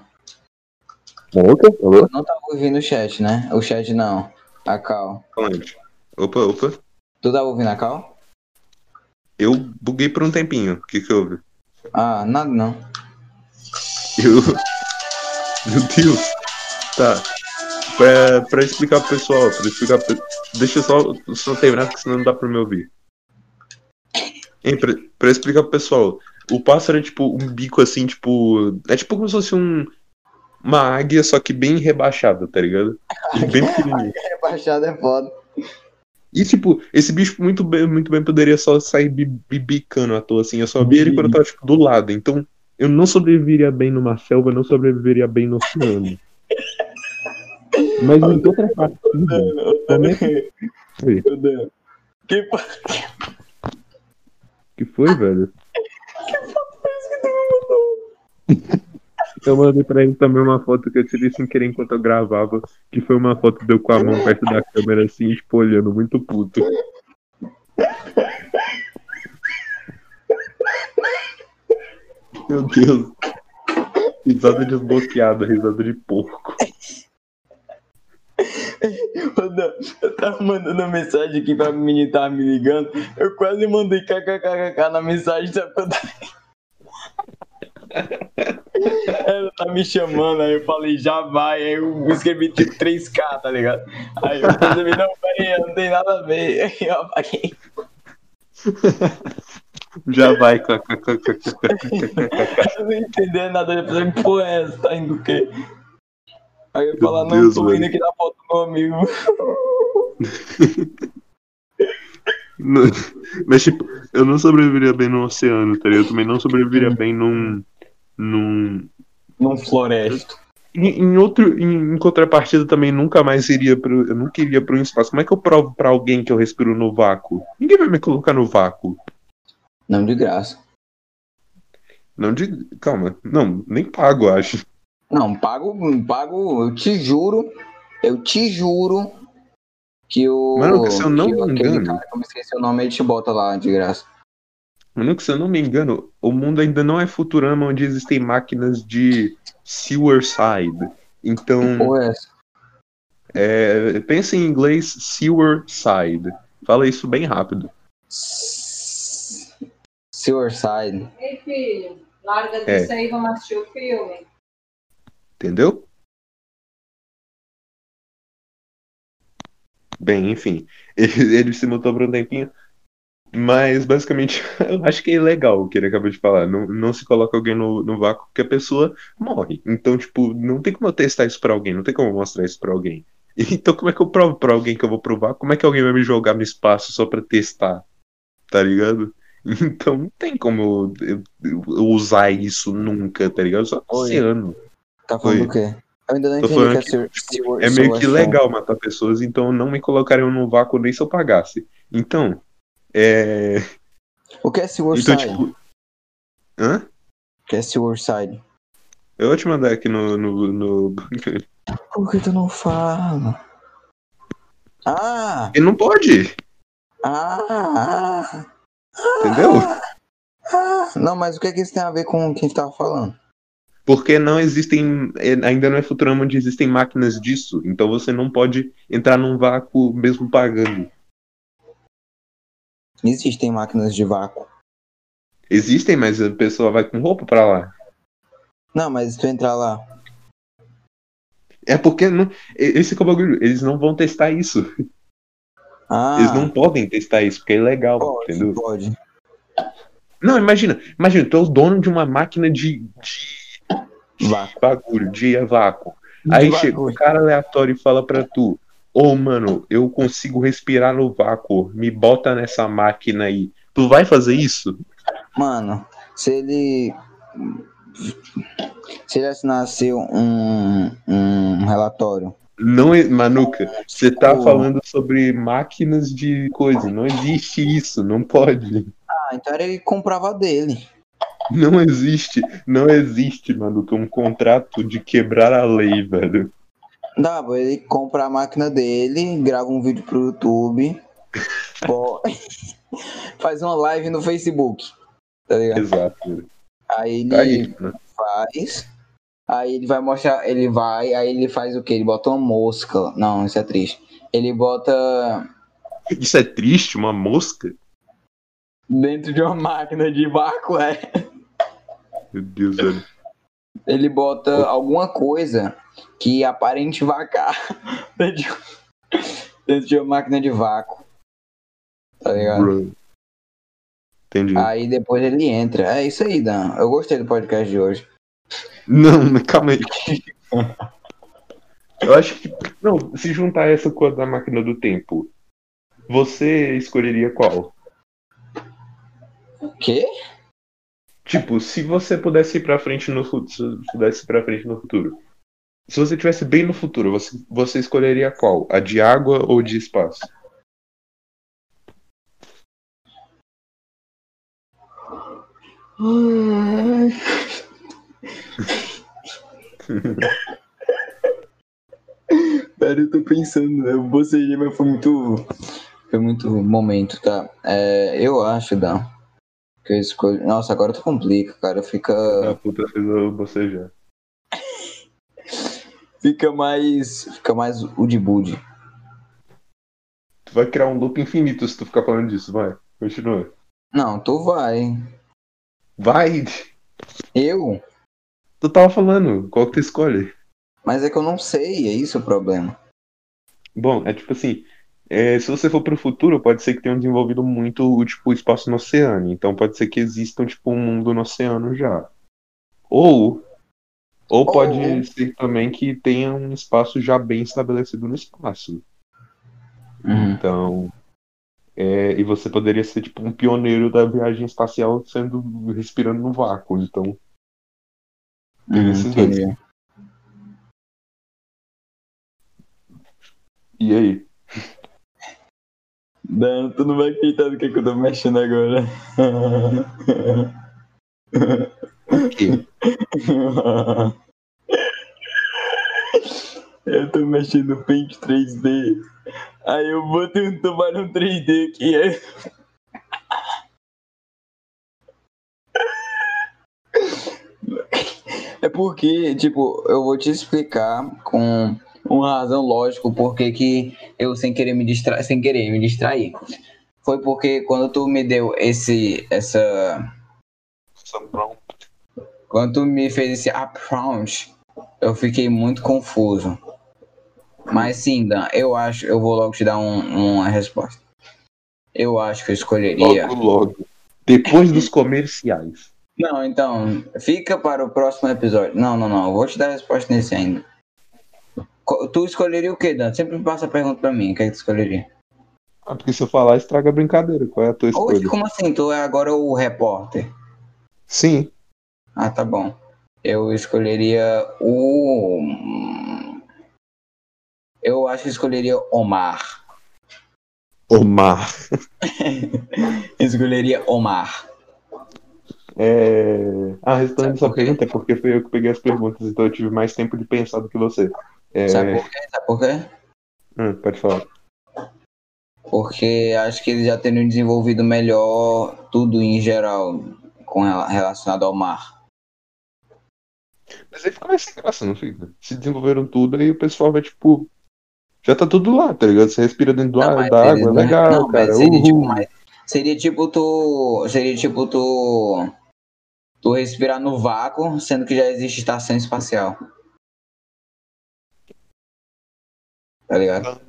[SPEAKER 2] Não tá ouvindo o chat, né? O chat não. A Cal.
[SPEAKER 1] falante. Opa, opa.
[SPEAKER 2] Tu tá ouvindo a Cal?
[SPEAKER 1] Eu buguei por um tempinho. O que que houve?
[SPEAKER 2] Ah, nada não.
[SPEAKER 1] Eu. Meu Deus. Tá. Pra, pra explicar pro pessoal, pra explicar pro... Deixa eu só, só terminar, porque senão não dá pra me ouvir. Hein, pra, pra explicar pro pessoal, o pássaro é tipo um bico assim, tipo. É tipo como se fosse um. Uma águia, só que bem rebaixada, tá ligado? E bem pequenininho.
[SPEAKER 2] Rebaixado é foda.
[SPEAKER 1] E tipo, esse bicho muito bem, muito bem poderia só sair bi- bibicando à toa, assim. Eu só vi ele quando eu tava, tipo, do lado. Então, eu não sobreviveria bem numa selva, eu não sobreviveria bem no oceano. Mas em contrapartida, também foi.
[SPEAKER 2] Que p...
[SPEAKER 1] que foi, velho? Eu mandei pra ele também uma foto que eu tirei sem querer enquanto eu gravava, que foi uma foto de eu com a mão perto da câmera, assim, tipo, olhando, muito puto. Meu Deus. Risada desbloqueada, risada de porco.
[SPEAKER 2] Eu tava mandando mensagem aqui pra menina tava me ligando. Eu quase mandei kkkk na mensagem, sabe quando. Ela tá me chamando, aí eu falei, já vai. Aí eu escrevi tipo 3K, tá ligado? Aí eu percebi, não, peraí, não tem nada a ver. Aí eu apaguei.
[SPEAKER 1] Já vai, kkk.
[SPEAKER 2] Eu não entendi nada. Eu falei, que porra, é essa tá indo o quê? Aí eu falar, não,
[SPEAKER 1] Deus,
[SPEAKER 2] tô
[SPEAKER 1] mano.
[SPEAKER 2] indo aqui na foto do meu amigo.
[SPEAKER 1] Não, Mas, tipo, eu não sobreviveria bem no oceano, tá ligado? Eu também não sobreviveria bem num. num...
[SPEAKER 2] Não floresta.
[SPEAKER 1] Em, em outro. Em, em contrapartida, também nunca mais iria pro. Eu nunca iria pro espaço. Como é que eu provo pra alguém que eu respiro no vácuo? Ninguém vai me colocar no vácuo.
[SPEAKER 2] Não de graça.
[SPEAKER 1] Não de. Calma. Não, nem pago, eu acho.
[SPEAKER 2] Não, pago, pago, eu te juro, eu te juro que o.
[SPEAKER 1] Mano, se eu não
[SPEAKER 2] que
[SPEAKER 1] me
[SPEAKER 2] aquele
[SPEAKER 1] engano-
[SPEAKER 2] Cara, é que eu me esqueci o nome, ele te bota lá de graça.
[SPEAKER 1] Mano, que se eu não me engano, o mundo ainda não é Futurama onde existem máquinas de Sewerside. Então.
[SPEAKER 2] Porra, é essa?
[SPEAKER 1] É, pensa em inglês Sewerside. Fala isso bem rápido.
[SPEAKER 2] Silverside.
[SPEAKER 3] Ei, filho, larga
[SPEAKER 1] É.
[SPEAKER 3] disso aí, vamos assistir o filme.
[SPEAKER 1] Entendeu? Bem, enfim, ele, ele se mutou por um tempinho, mas basicamente eu acho que é legal o que ele acabou de falar. Não, não se coloca alguém no, no vácuo porque a pessoa morre. Então, tipo, não tem como eu testar isso pra alguém, não tem como eu mostrar isso pra alguém. Então, como é que eu provo pra alguém que eu vou provar? Como é que alguém vai me jogar no espaço só pra testar? Tá ligado? Então, não tem como eu, eu- eu usar isso nunca, tá ligado? Só
[SPEAKER 2] Oi.
[SPEAKER 1] oceano.
[SPEAKER 2] Tá falando
[SPEAKER 1] Oi.
[SPEAKER 2] o quê? Eu ainda não
[SPEAKER 1] Tô
[SPEAKER 2] entendi o que
[SPEAKER 1] falando
[SPEAKER 2] é Stewart. Stewart
[SPEAKER 1] É meio que
[SPEAKER 2] Selection.
[SPEAKER 1] legal matar pessoas, então não me colocariam no vácuo nem se eu pagasse. Então, é.
[SPEAKER 2] O que é Stewart
[SPEAKER 1] Então,
[SPEAKER 2] Side?
[SPEAKER 1] tipo. Hã?
[SPEAKER 2] O que é Stewart Side?
[SPEAKER 1] Eu vou te mandar aqui no. no, no...
[SPEAKER 2] Por que tu não fala? Ah!
[SPEAKER 1] Ele não pode,
[SPEAKER 2] Ah! Ah!
[SPEAKER 1] entendeu?
[SPEAKER 2] ah. Não, mas o que é que isso tem a ver com o que a gente tava falando?
[SPEAKER 1] Porque não existem. é, Ainda não é Futurama onde existem máquinas disso. Então você não pode entrar num vácuo mesmo pagando.
[SPEAKER 2] Existem máquinas de vácuo.
[SPEAKER 1] Existem, mas a pessoa vai com roupa pra lá.
[SPEAKER 2] Não, mas se tu entrar lá.
[SPEAKER 1] É porque não. e- Esse que é o bagulho. Eles não vão testar isso.
[SPEAKER 2] Ah!
[SPEAKER 1] Eles não podem testar isso, porque é ilegal,
[SPEAKER 2] pode,
[SPEAKER 1] entendeu?
[SPEAKER 2] pode.
[SPEAKER 1] Não, imagina, imagina, tu é o dono de uma máquina de, de
[SPEAKER 2] Vácuo.
[SPEAKER 1] bagulho, de vácuo. Aí
[SPEAKER 2] De
[SPEAKER 1] chega um
[SPEAKER 2] vácuo.
[SPEAKER 1] cara aleatório e fala pra tu, ô mano, eu consigo respirar no vácuo, me bota nessa máquina aí. Tu vai fazer isso?
[SPEAKER 2] Mano, se ele. Se ele assinasse um, um relatório.
[SPEAKER 1] Não, é- Manuca, você tá
[SPEAKER 2] Pô.
[SPEAKER 1] falando sobre máquinas de coisa, não existe isso, não pode.
[SPEAKER 2] Ah, então ele comprava dele.
[SPEAKER 1] Não existe, não existe, Manuca, um contrato de quebrar a lei, velho.
[SPEAKER 2] Dá, pô, ele compra a máquina dele, grava um vídeo pro YouTube, pô, faz uma live no Facebook. Tá ligado?
[SPEAKER 1] Exato.
[SPEAKER 2] Aí ele
[SPEAKER 1] Tá aí, né?
[SPEAKER 2] faz. Aí ele vai mostrar, ele vai, aí ele faz o quê? Ele bota uma mosca. Não, isso é triste. Ele bota
[SPEAKER 1] Isso é triste, uma mosca?
[SPEAKER 2] dentro de uma máquina de vácuo, é.
[SPEAKER 1] Meu Deus, velho.
[SPEAKER 2] Ele bota alguma coisa que aparente vacar dentro de, um, dentro de uma máquina de vácuo. Tá ligado?
[SPEAKER 1] Bro. Entendi.
[SPEAKER 2] Aí depois ele entra. É isso aí, Dan. Eu gostei do podcast de hoje.
[SPEAKER 1] Não, mas calma aí. Eu acho que. Não, se juntar essa com a da máquina do tempo, você escolheria qual?
[SPEAKER 2] O quê?
[SPEAKER 1] Tipo, se você pudesse ir pra frente no futuro. Pudesse ir pra frente no futuro. Se você tivesse bem no futuro, você, você escolheria qual? A de água ou de espaço?
[SPEAKER 2] Pera, eu tô pensando. Eu bocejei, mas foi muito. Foi muito momento, tá? É, eu acho, Dan. Que eu escolho. Nossa, agora tu complica, cara. Fica.
[SPEAKER 1] A Ah, puta fez eu bocejar.
[SPEAKER 2] Fica mais. Fica mais o de bude.
[SPEAKER 1] Tu vai criar um loop infinito se tu ficar falando disso, vai. Continua.
[SPEAKER 2] Não, tu vai.
[SPEAKER 1] Vai!
[SPEAKER 2] Eu?
[SPEAKER 1] Tu tava falando, qual que tu escolhe?
[SPEAKER 2] Mas é que eu não sei, é isso o problema.
[SPEAKER 1] Bom, é tipo assim, é, se você for pro futuro, pode ser que tenham desenvolvido muito, tipo, o espaço no oceano. Então pode ser que existam, tipo, um mundo no oceano já. Ou, ou pode
[SPEAKER 2] Ou-
[SPEAKER 1] ser também que tenha um espaço já bem estabelecido no espaço.
[SPEAKER 2] Uhum.
[SPEAKER 1] Então, é, e você poderia ser, tipo, um pioneiro da viagem espacial sendo, respirando no vácuo. Então, Tem esses dois.
[SPEAKER 2] Uhum, entendi.
[SPEAKER 1] e aí?
[SPEAKER 2] Dan, tu não vai acreditar do que, que eu tô mexendo agora.
[SPEAKER 1] O quê?
[SPEAKER 2] eu tô mexendo no Paint 3D. Aí eu botei um tubarão 3D que é. É porque, tipo, eu vou te explicar com uma razão lógica porque que eu sem querer me distrair, sem querer me distrair. Foi porque quando tu me deu esse essa
[SPEAKER 1] um
[SPEAKER 2] quando tu me fez esse approach, eu fiquei muito confuso. Mas sim, Dan, eu acho, eu vou logo te dar um- uma resposta. Eu acho que eu escolheria.
[SPEAKER 1] Logo, logo. Depois dos comerciais.
[SPEAKER 2] Não, então, fica para o próximo episódio. Não, não, não, eu vou te dar a resposta nesse ainda. Co- Tu escolheria o que, Dan? Sempre passa a pergunta pra mim, o que, é que tu escolheria?
[SPEAKER 1] Ah, porque se eu falar, estraga a brincadeira. Qual é a tua
[SPEAKER 2] Hoje,
[SPEAKER 1] escolha?
[SPEAKER 2] como assim? Tu é agora o repórter.
[SPEAKER 1] Sim.
[SPEAKER 2] Ah, tá bom. Eu escolheria o. Eu acho que escolheria Omar.
[SPEAKER 1] Omar.
[SPEAKER 2] escolheria Omar.
[SPEAKER 1] É... Ah, respondendo sua pergunta, é porque foi eu que peguei as perguntas, então eu tive mais tempo de pensar do que você. É...
[SPEAKER 2] Sabe por quê? Sabe por quê?
[SPEAKER 1] Hum, pode falar.
[SPEAKER 2] Porque acho que eles já teriam desenvolvido melhor tudo em geral com rela- relacionado ao mar.
[SPEAKER 1] Mas aí fica mais sem graça, não fica? Se desenvolveram tudo, aí o pessoal vai, tipo. Já tá tudo lá, tá ligado? Você respira dentro do
[SPEAKER 2] Não,
[SPEAKER 1] ar,
[SPEAKER 2] mas
[SPEAKER 1] da
[SPEAKER 2] eles
[SPEAKER 1] água, é
[SPEAKER 2] não- é-
[SPEAKER 1] legal,
[SPEAKER 2] não, mas
[SPEAKER 1] cara.
[SPEAKER 2] seria, tipo,
[SPEAKER 1] uhul.
[SPEAKER 2] mais- seria tipo tu. Seria tipo tu. Tu respirar no vácuo, sendo que já existe estação espacial. Tá ligado?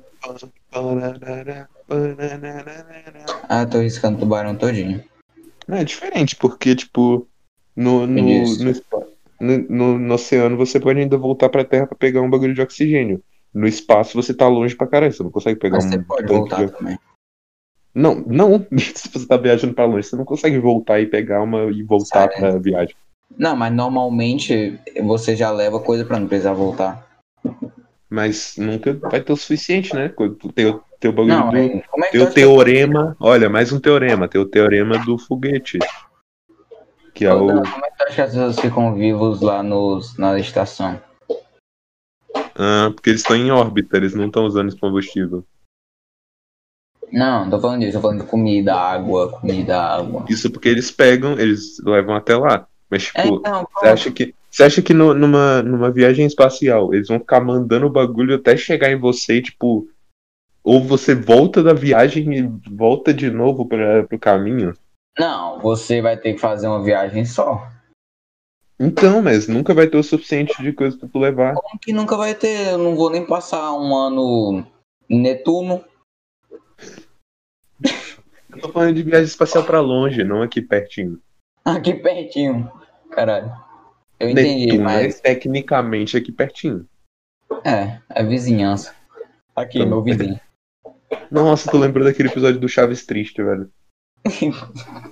[SPEAKER 2] Ah, tô riscando o tubarão todinho.
[SPEAKER 1] Não, é diferente, porque, tipo, no, no,
[SPEAKER 2] Isso.
[SPEAKER 1] no, espa- no, no- no oceano você pode ainda voltar pra Terra pra pegar um bagulho de oxigênio. No espaço você tá longe pra caralho, você não consegue pegar
[SPEAKER 2] Mas
[SPEAKER 1] um
[SPEAKER 2] você pode
[SPEAKER 1] tanque de
[SPEAKER 2] voltar também.
[SPEAKER 1] Não, não. Se você tá viajando pra longe, você não consegue voltar e pegar uma e voltar
[SPEAKER 2] Sério?
[SPEAKER 1] pra viagem.
[SPEAKER 2] Não, mas normalmente você já leva coisa pra não precisar voltar.
[SPEAKER 1] Mas nunca vai ter o suficiente, né? Quando tu Tem o teu bagulho
[SPEAKER 2] Não,
[SPEAKER 1] do.
[SPEAKER 2] é- como é que
[SPEAKER 1] Tem
[SPEAKER 2] tu
[SPEAKER 1] o
[SPEAKER 2] acha que-
[SPEAKER 1] teorema. Olha, mais um teorema. Tem o teorema do foguete. Que é o.
[SPEAKER 2] Não, como é que tu acha que as pessoas ficam vivos lá nos, na estação?
[SPEAKER 1] Ah, porque eles estão em órbita, eles não estão usando esse combustível.
[SPEAKER 2] Não, tô falando disso, tô falando de comida, água, comida, água.
[SPEAKER 1] Isso porque eles pegam, eles levam até lá. Mas,
[SPEAKER 2] É,
[SPEAKER 1] tipo,
[SPEAKER 2] então,
[SPEAKER 1] você acha que. Você acha que no- numa, numa viagem espacial eles vão ficar mandando o bagulho até chegar em você e, tipo. Ou você volta da viagem e volta de novo para pro caminho?
[SPEAKER 2] não, você vai ter que fazer uma viagem só.
[SPEAKER 1] Então, mas nunca vai ter o suficiente de coisa pra tu levar.
[SPEAKER 2] Como que nunca vai ter? Eu não vou nem passar um ano em Netuno.
[SPEAKER 1] Eu tô falando de viagem espacial pra longe, não aqui pertinho.
[SPEAKER 2] Aqui pertinho. Caralho. Eu entendi,
[SPEAKER 1] Netuno
[SPEAKER 2] mas
[SPEAKER 1] é tecnicamente aqui pertinho.
[SPEAKER 2] é, é vizinhança. Aqui,
[SPEAKER 1] Tá
[SPEAKER 2] meu
[SPEAKER 1] bom.
[SPEAKER 2] vizinho.
[SPEAKER 1] Nossa, tu lembrou daquele episódio do Chaves Triste, velho.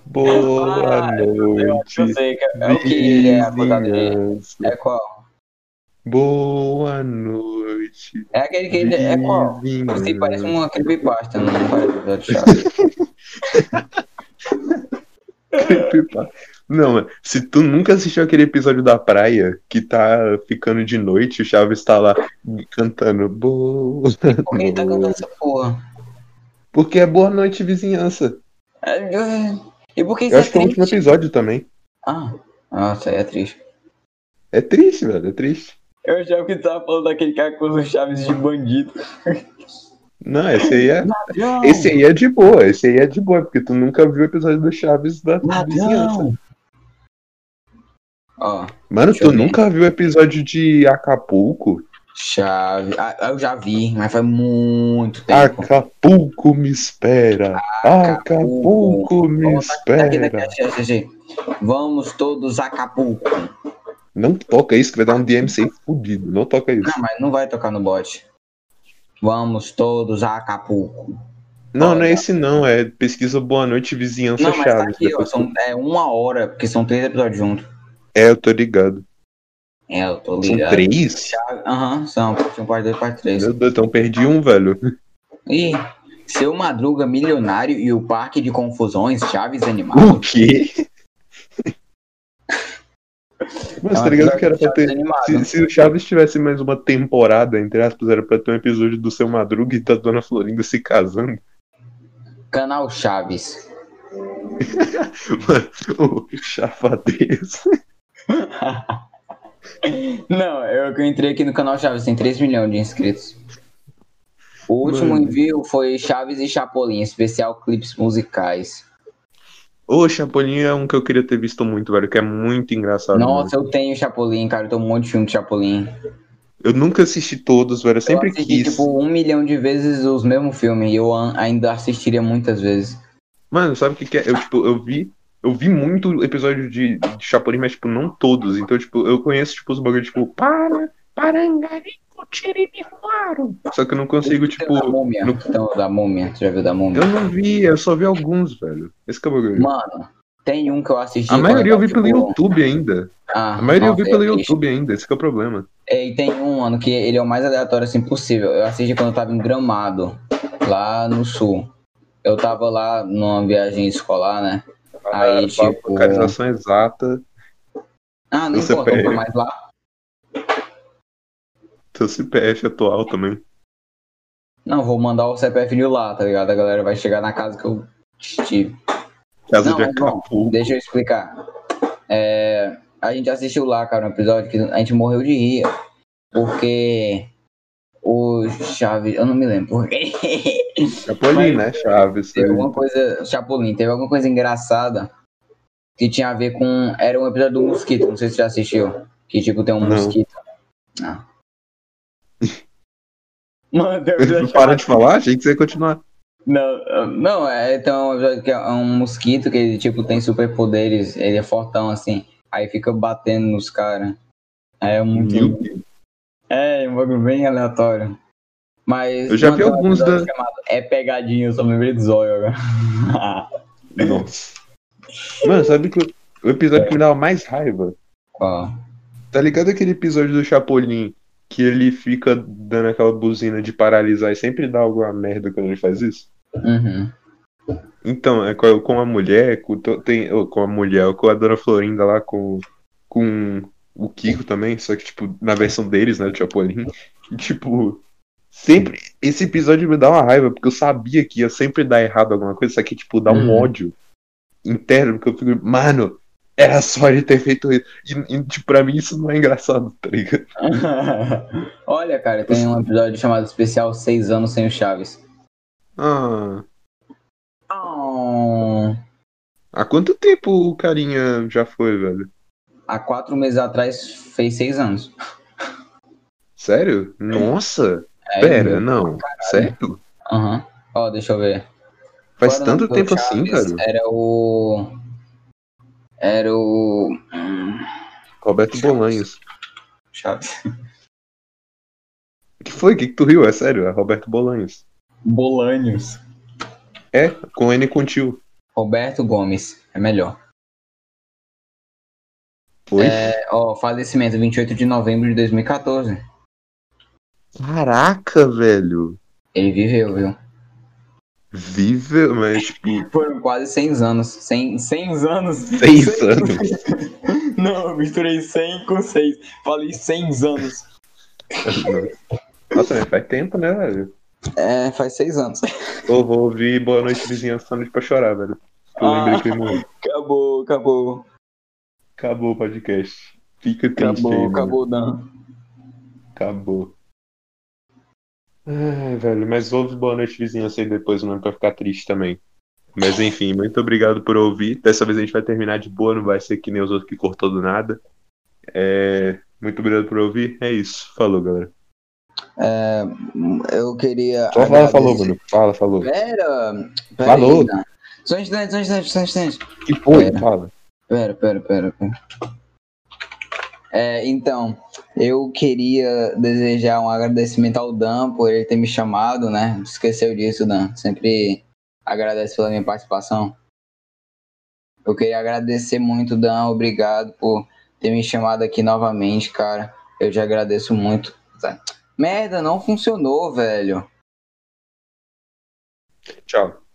[SPEAKER 1] Boa
[SPEAKER 2] Ah,
[SPEAKER 1] noite.
[SPEAKER 2] Eu sei, que é o que é a coisa dele.
[SPEAKER 1] vizinhança.
[SPEAKER 2] É qual?
[SPEAKER 1] Boa noite.
[SPEAKER 2] É aquele que ele é qual?
[SPEAKER 1] vizinhança.
[SPEAKER 2] Você parece uma creepypasta, né? não parece do Chaves.
[SPEAKER 1] Creepypasta. Não, mano, se tu nunca assistiu aquele episódio da praia que tá ficando de noite, o Chaves tá lá cantando boa
[SPEAKER 2] Por que ele tá cantando
[SPEAKER 1] noite.
[SPEAKER 2] essa porra?
[SPEAKER 1] Porque é boa noite, vizinhança.
[SPEAKER 2] É, é. E por que isso
[SPEAKER 1] Eu
[SPEAKER 2] é
[SPEAKER 1] acho que é o último
[SPEAKER 2] triste?
[SPEAKER 1] episódio também.
[SPEAKER 2] Ah, nossa, aí é triste.
[SPEAKER 1] É triste, velho, é triste.
[SPEAKER 2] Eu achava que tu tava falando daquele cara com os Chaves de bandido.
[SPEAKER 1] Não, esse aí é. Esse aí é de boa, esse aí é de boa, porque tu nunca viu o episódio do é Chaves da vizinhança.
[SPEAKER 2] Ladrão! Ó,
[SPEAKER 1] Mano,
[SPEAKER 2] Deixa
[SPEAKER 1] tu
[SPEAKER 2] eu ver.
[SPEAKER 1] nunca viu o episódio de Acapulco?
[SPEAKER 2] chave. Ah, eu já vi, mas faz muito tempo.
[SPEAKER 1] Acapulco me espera. Acapulco me
[SPEAKER 2] Vamos lá, daqui, Tá daqui,
[SPEAKER 1] espera.
[SPEAKER 2] achei, achei, achei. Vamos todos a Acapulco.
[SPEAKER 1] Não toca isso que vai dar um DMC fudido. Não toca isso.
[SPEAKER 2] Não, mas não vai tocar no bot. Vamos todos a Acapulco.
[SPEAKER 1] Não, não é esse não. É pesquisa Boa Noite Vizinhança
[SPEAKER 2] Não, mas tá
[SPEAKER 1] Chaves.
[SPEAKER 2] aqui, ó.
[SPEAKER 1] Depois-
[SPEAKER 2] São, é uma hora, porque são três episódios juntos.
[SPEAKER 1] É, eu tô ligado.
[SPEAKER 2] É, eu tô
[SPEAKER 1] São
[SPEAKER 2] ligado.
[SPEAKER 1] três?
[SPEAKER 2] Aham, são. Tinha um parte 2, parte 3.
[SPEAKER 1] Meu Deus, então perdi um, velho.
[SPEAKER 2] Ih, seu Madruga Milionário e o Parque de Confusões, Chaves Animado.
[SPEAKER 1] O quê? Mas tá ligado que era pra ter. Se, se o Chaves tivesse mais uma temporada, entre aspas, era pra ter um episódio do seu Madruga e da Dona Florinda se casando.
[SPEAKER 2] Canal Chaves.
[SPEAKER 1] Mano, o chafadez.
[SPEAKER 2] Não, eu que eu entrei aqui no canal Chaves, tem 3 milhões de inscritos. O último
[SPEAKER 1] Mano.
[SPEAKER 2] envio foi Chaves e Chapolin, especial clipes musicais.
[SPEAKER 1] Ô, Chapolin é um que eu queria ter visto muito, velho, que é muito engraçado. mano.
[SPEAKER 2] Nossa, eu tenho Chapolin, cara, eu tenho um monte de filme de Chapolin.
[SPEAKER 1] Eu nunca assisti todos, velho, eu sempre
[SPEAKER 2] eu assisti,
[SPEAKER 1] quis.
[SPEAKER 2] tipo, um milhão de vezes os mesmos filmes e eu an- ainda assistiria muitas vezes.
[SPEAKER 1] Mano, sabe o que, que é? Eu, tipo, eu vi. Eu vi muito episódio de, de Chapolin, mas, tipo, não todos. Então, tipo, eu conheço, tipo, os bagulhos, tipo, para, parangarico, tiririruaro. Só que eu não consigo,
[SPEAKER 2] Tem o da
[SPEAKER 1] tipo.
[SPEAKER 2] múmia.
[SPEAKER 1] no-
[SPEAKER 2] Então, o da múmia, tu já viu da múmia?
[SPEAKER 1] Eu não vi, eu só vi alguns, velho. Esse que é o bagulho.
[SPEAKER 2] Mano, Tem um que eu assisti.
[SPEAKER 1] A maioria eu vi pelo
[SPEAKER 2] quando tava, tipo,
[SPEAKER 1] YouTube ainda.
[SPEAKER 2] ah,
[SPEAKER 1] A maioria eu vi
[SPEAKER 2] nossa,
[SPEAKER 1] pelo
[SPEAKER 2] assisti.
[SPEAKER 1] YouTube ainda, esse que é o problema.
[SPEAKER 2] É, E tem um ano que ele é o mais aleatório assim possível. Eu assisti quando eu tava em Gramado, lá no sul. Eu tava lá numa viagem escolar, né? Aí,
[SPEAKER 1] a
[SPEAKER 2] tipo-
[SPEAKER 1] localização exata,
[SPEAKER 2] Ah, não
[SPEAKER 1] Você
[SPEAKER 2] importa, não
[SPEAKER 1] pega.
[SPEAKER 2] foi mais lá.
[SPEAKER 1] seu CPF atual também.
[SPEAKER 2] Não, vou mandar o CPF de lá, tá ligado? A galera vai chegar na casa que eu estive.
[SPEAKER 1] Casa
[SPEAKER 2] Não,
[SPEAKER 1] de
[SPEAKER 2] mas bom,
[SPEAKER 1] Acapulco.
[SPEAKER 2] Deixa eu explicar. É, a gente assistiu lá, cara, um episódio que a gente morreu de rir. Porque o Chaves. Eu não me lembro por quê.
[SPEAKER 1] Chapolin, né? Chaves.
[SPEAKER 2] Teve alguma coisa. Chapolin, teve alguma coisa engraçada que tinha a ver com. Era um episódio do Mosquito, não sei se você já assistiu. Que tipo tem um
[SPEAKER 1] Não.
[SPEAKER 2] mosquito. Ah. Não. Mano, tem um episódio
[SPEAKER 1] Não para de falar, achei que é- você ia continuar.
[SPEAKER 2] Não, não, é então é um episódio que é um mosquito que ele tipo tem superpoderes, ele é fortão assim, aí fica batendo nos caras. É muito.
[SPEAKER 1] Meu Deus.
[SPEAKER 2] É, é um bagulho bem aleatório. Mas.
[SPEAKER 1] Eu já vi
[SPEAKER 2] mano, tem um
[SPEAKER 1] alguns
[SPEAKER 2] episódio
[SPEAKER 1] da-
[SPEAKER 2] chamado É pegadinha, eu só me lembrei do zóio agora.
[SPEAKER 1] Nossa. Mano, sabe que o- o episódio que me dava mais raiva?
[SPEAKER 2] Ó,
[SPEAKER 1] Tá ligado aquele episódio do Chapolin que ele fica dando aquela buzina de paralisar e sempre dá alguma merda quando ele faz isso?
[SPEAKER 2] uhum.
[SPEAKER 1] Então, é com, com a mulher, com, to- tem, ô, com a mulher, com a Dona Florinda lá, com, com o Kiko também, só que, tipo, na versão deles, né, do Chapolin. E, tipo, sempre. Esse episódio me dá uma raiva, porque eu sabia que ia sempre dar errado alguma coisa, só que, tipo, dá um
[SPEAKER 2] Uhum.
[SPEAKER 1] ódio interno, porque eu fico, mano, era só ele ter feito isso. E, e, tipo, pra mim isso não é engraçado, tá ligado?
[SPEAKER 2] Olha, cara, tem um episódio chamado Especial Seis Anos Sem o Chaves.
[SPEAKER 1] Ah,
[SPEAKER 2] Ah,
[SPEAKER 1] há quanto tempo o carinha já foi, velho?
[SPEAKER 2] há quatro meses atrás fez seis anos.
[SPEAKER 1] Sério? Nossa!
[SPEAKER 2] É,
[SPEAKER 1] Hum. Pera, né? não. Sério?
[SPEAKER 2] Aham. Ó, deixa eu ver.
[SPEAKER 1] Faz
[SPEAKER 2] Qual era o
[SPEAKER 1] tanto
[SPEAKER 2] nome do
[SPEAKER 1] tempo assim,
[SPEAKER 2] Chaves?
[SPEAKER 1] cara.
[SPEAKER 2] Era o. Era o. hum,
[SPEAKER 1] Roberto Bolanhos.
[SPEAKER 2] Chaves.
[SPEAKER 1] O que foi? O que, que tu riu? É sério, é Roberto Bolanhos.
[SPEAKER 2] Bolanhos.
[SPEAKER 1] É, com N contil.
[SPEAKER 2] Roberto Gomes. É melhor.
[SPEAKER 1] Foi?
[SPEAKER 2] É, ó, falecimento 28 de novembro de 2014.
[SPEAKER 1] Caraca, velho.
[SPEAKER 2] Ele viveu, viu?
[SPEAKER 1] Vive, mas tipo,
[SPEAKER 2] Foram quase 100 anos. 100, 100 anos.
[SPEAKER 1] seis anos.
[SPEAKER 2] Não, eu misturei 100 com 6. Falei 100 anos.
[SPEAKER 1] Nossa, mas faz tempo, né, velho?
[SPEAKER 2] É, faz 6 anos.
[SPEAKER 1] Eu vou ouvir Boa Noite Vizinhança Noite pra chorar, velho. Eu
[SPEAKER 2] Ah.
[SPEAKER 1] lembrei que ele morreu.
[SPEAKER 2] Acabou, acabou.
[SPEAKER 1] Acabou o podcast. Fica triste
[SPEAKER 2] Acabou,
[SPEAKER 1] aí, mano.
[SPEAKER 2] acabou, Dan.
[SPEAKER 1] Acabou. Ai, velho, mas ouve Boa Noite Vizinhança aí depois, mano, pra ficar triste também. Mas enfim, muito obrigado por ouvir. Dessa vez a gente vai terminar de boa, não vai ser que nem os outros que cortou do nada. É, Muito obrigado por ouvir. É isso. Falou, galera.
[SPEAKER 2] Eu queria.
[SPEAKER 1] Só fala, falou,
[SPEAKER 2] agradecer-
[SPEAKER 1] mano. Fala, falou.
[SPEAKER 2] Pera, pera
[SPEAKER 1] Falou.
[SPEAKER 2] aí, Dan. Só um instante, só um instante, só um instante.
[SPEAKER 1] Que foi?
[SPEAKER 2] Pera.
[SPEAKER 1] Fala.
[SPEAKER 2] Pera, pera, pera, pera. É, então, eu queria desejar um agradecimento ao Dan por ele ter me chamado, né? Esqueceu disso, Dan. Sempre agradeço pela minha participação. Eu queria agradecer muito, Dan. Obrigado por ter me chamado aqui novamente, cara. Eu já agradeço muito. Merda, não funcionou, velho.
[SPEAKER 1] Tchau.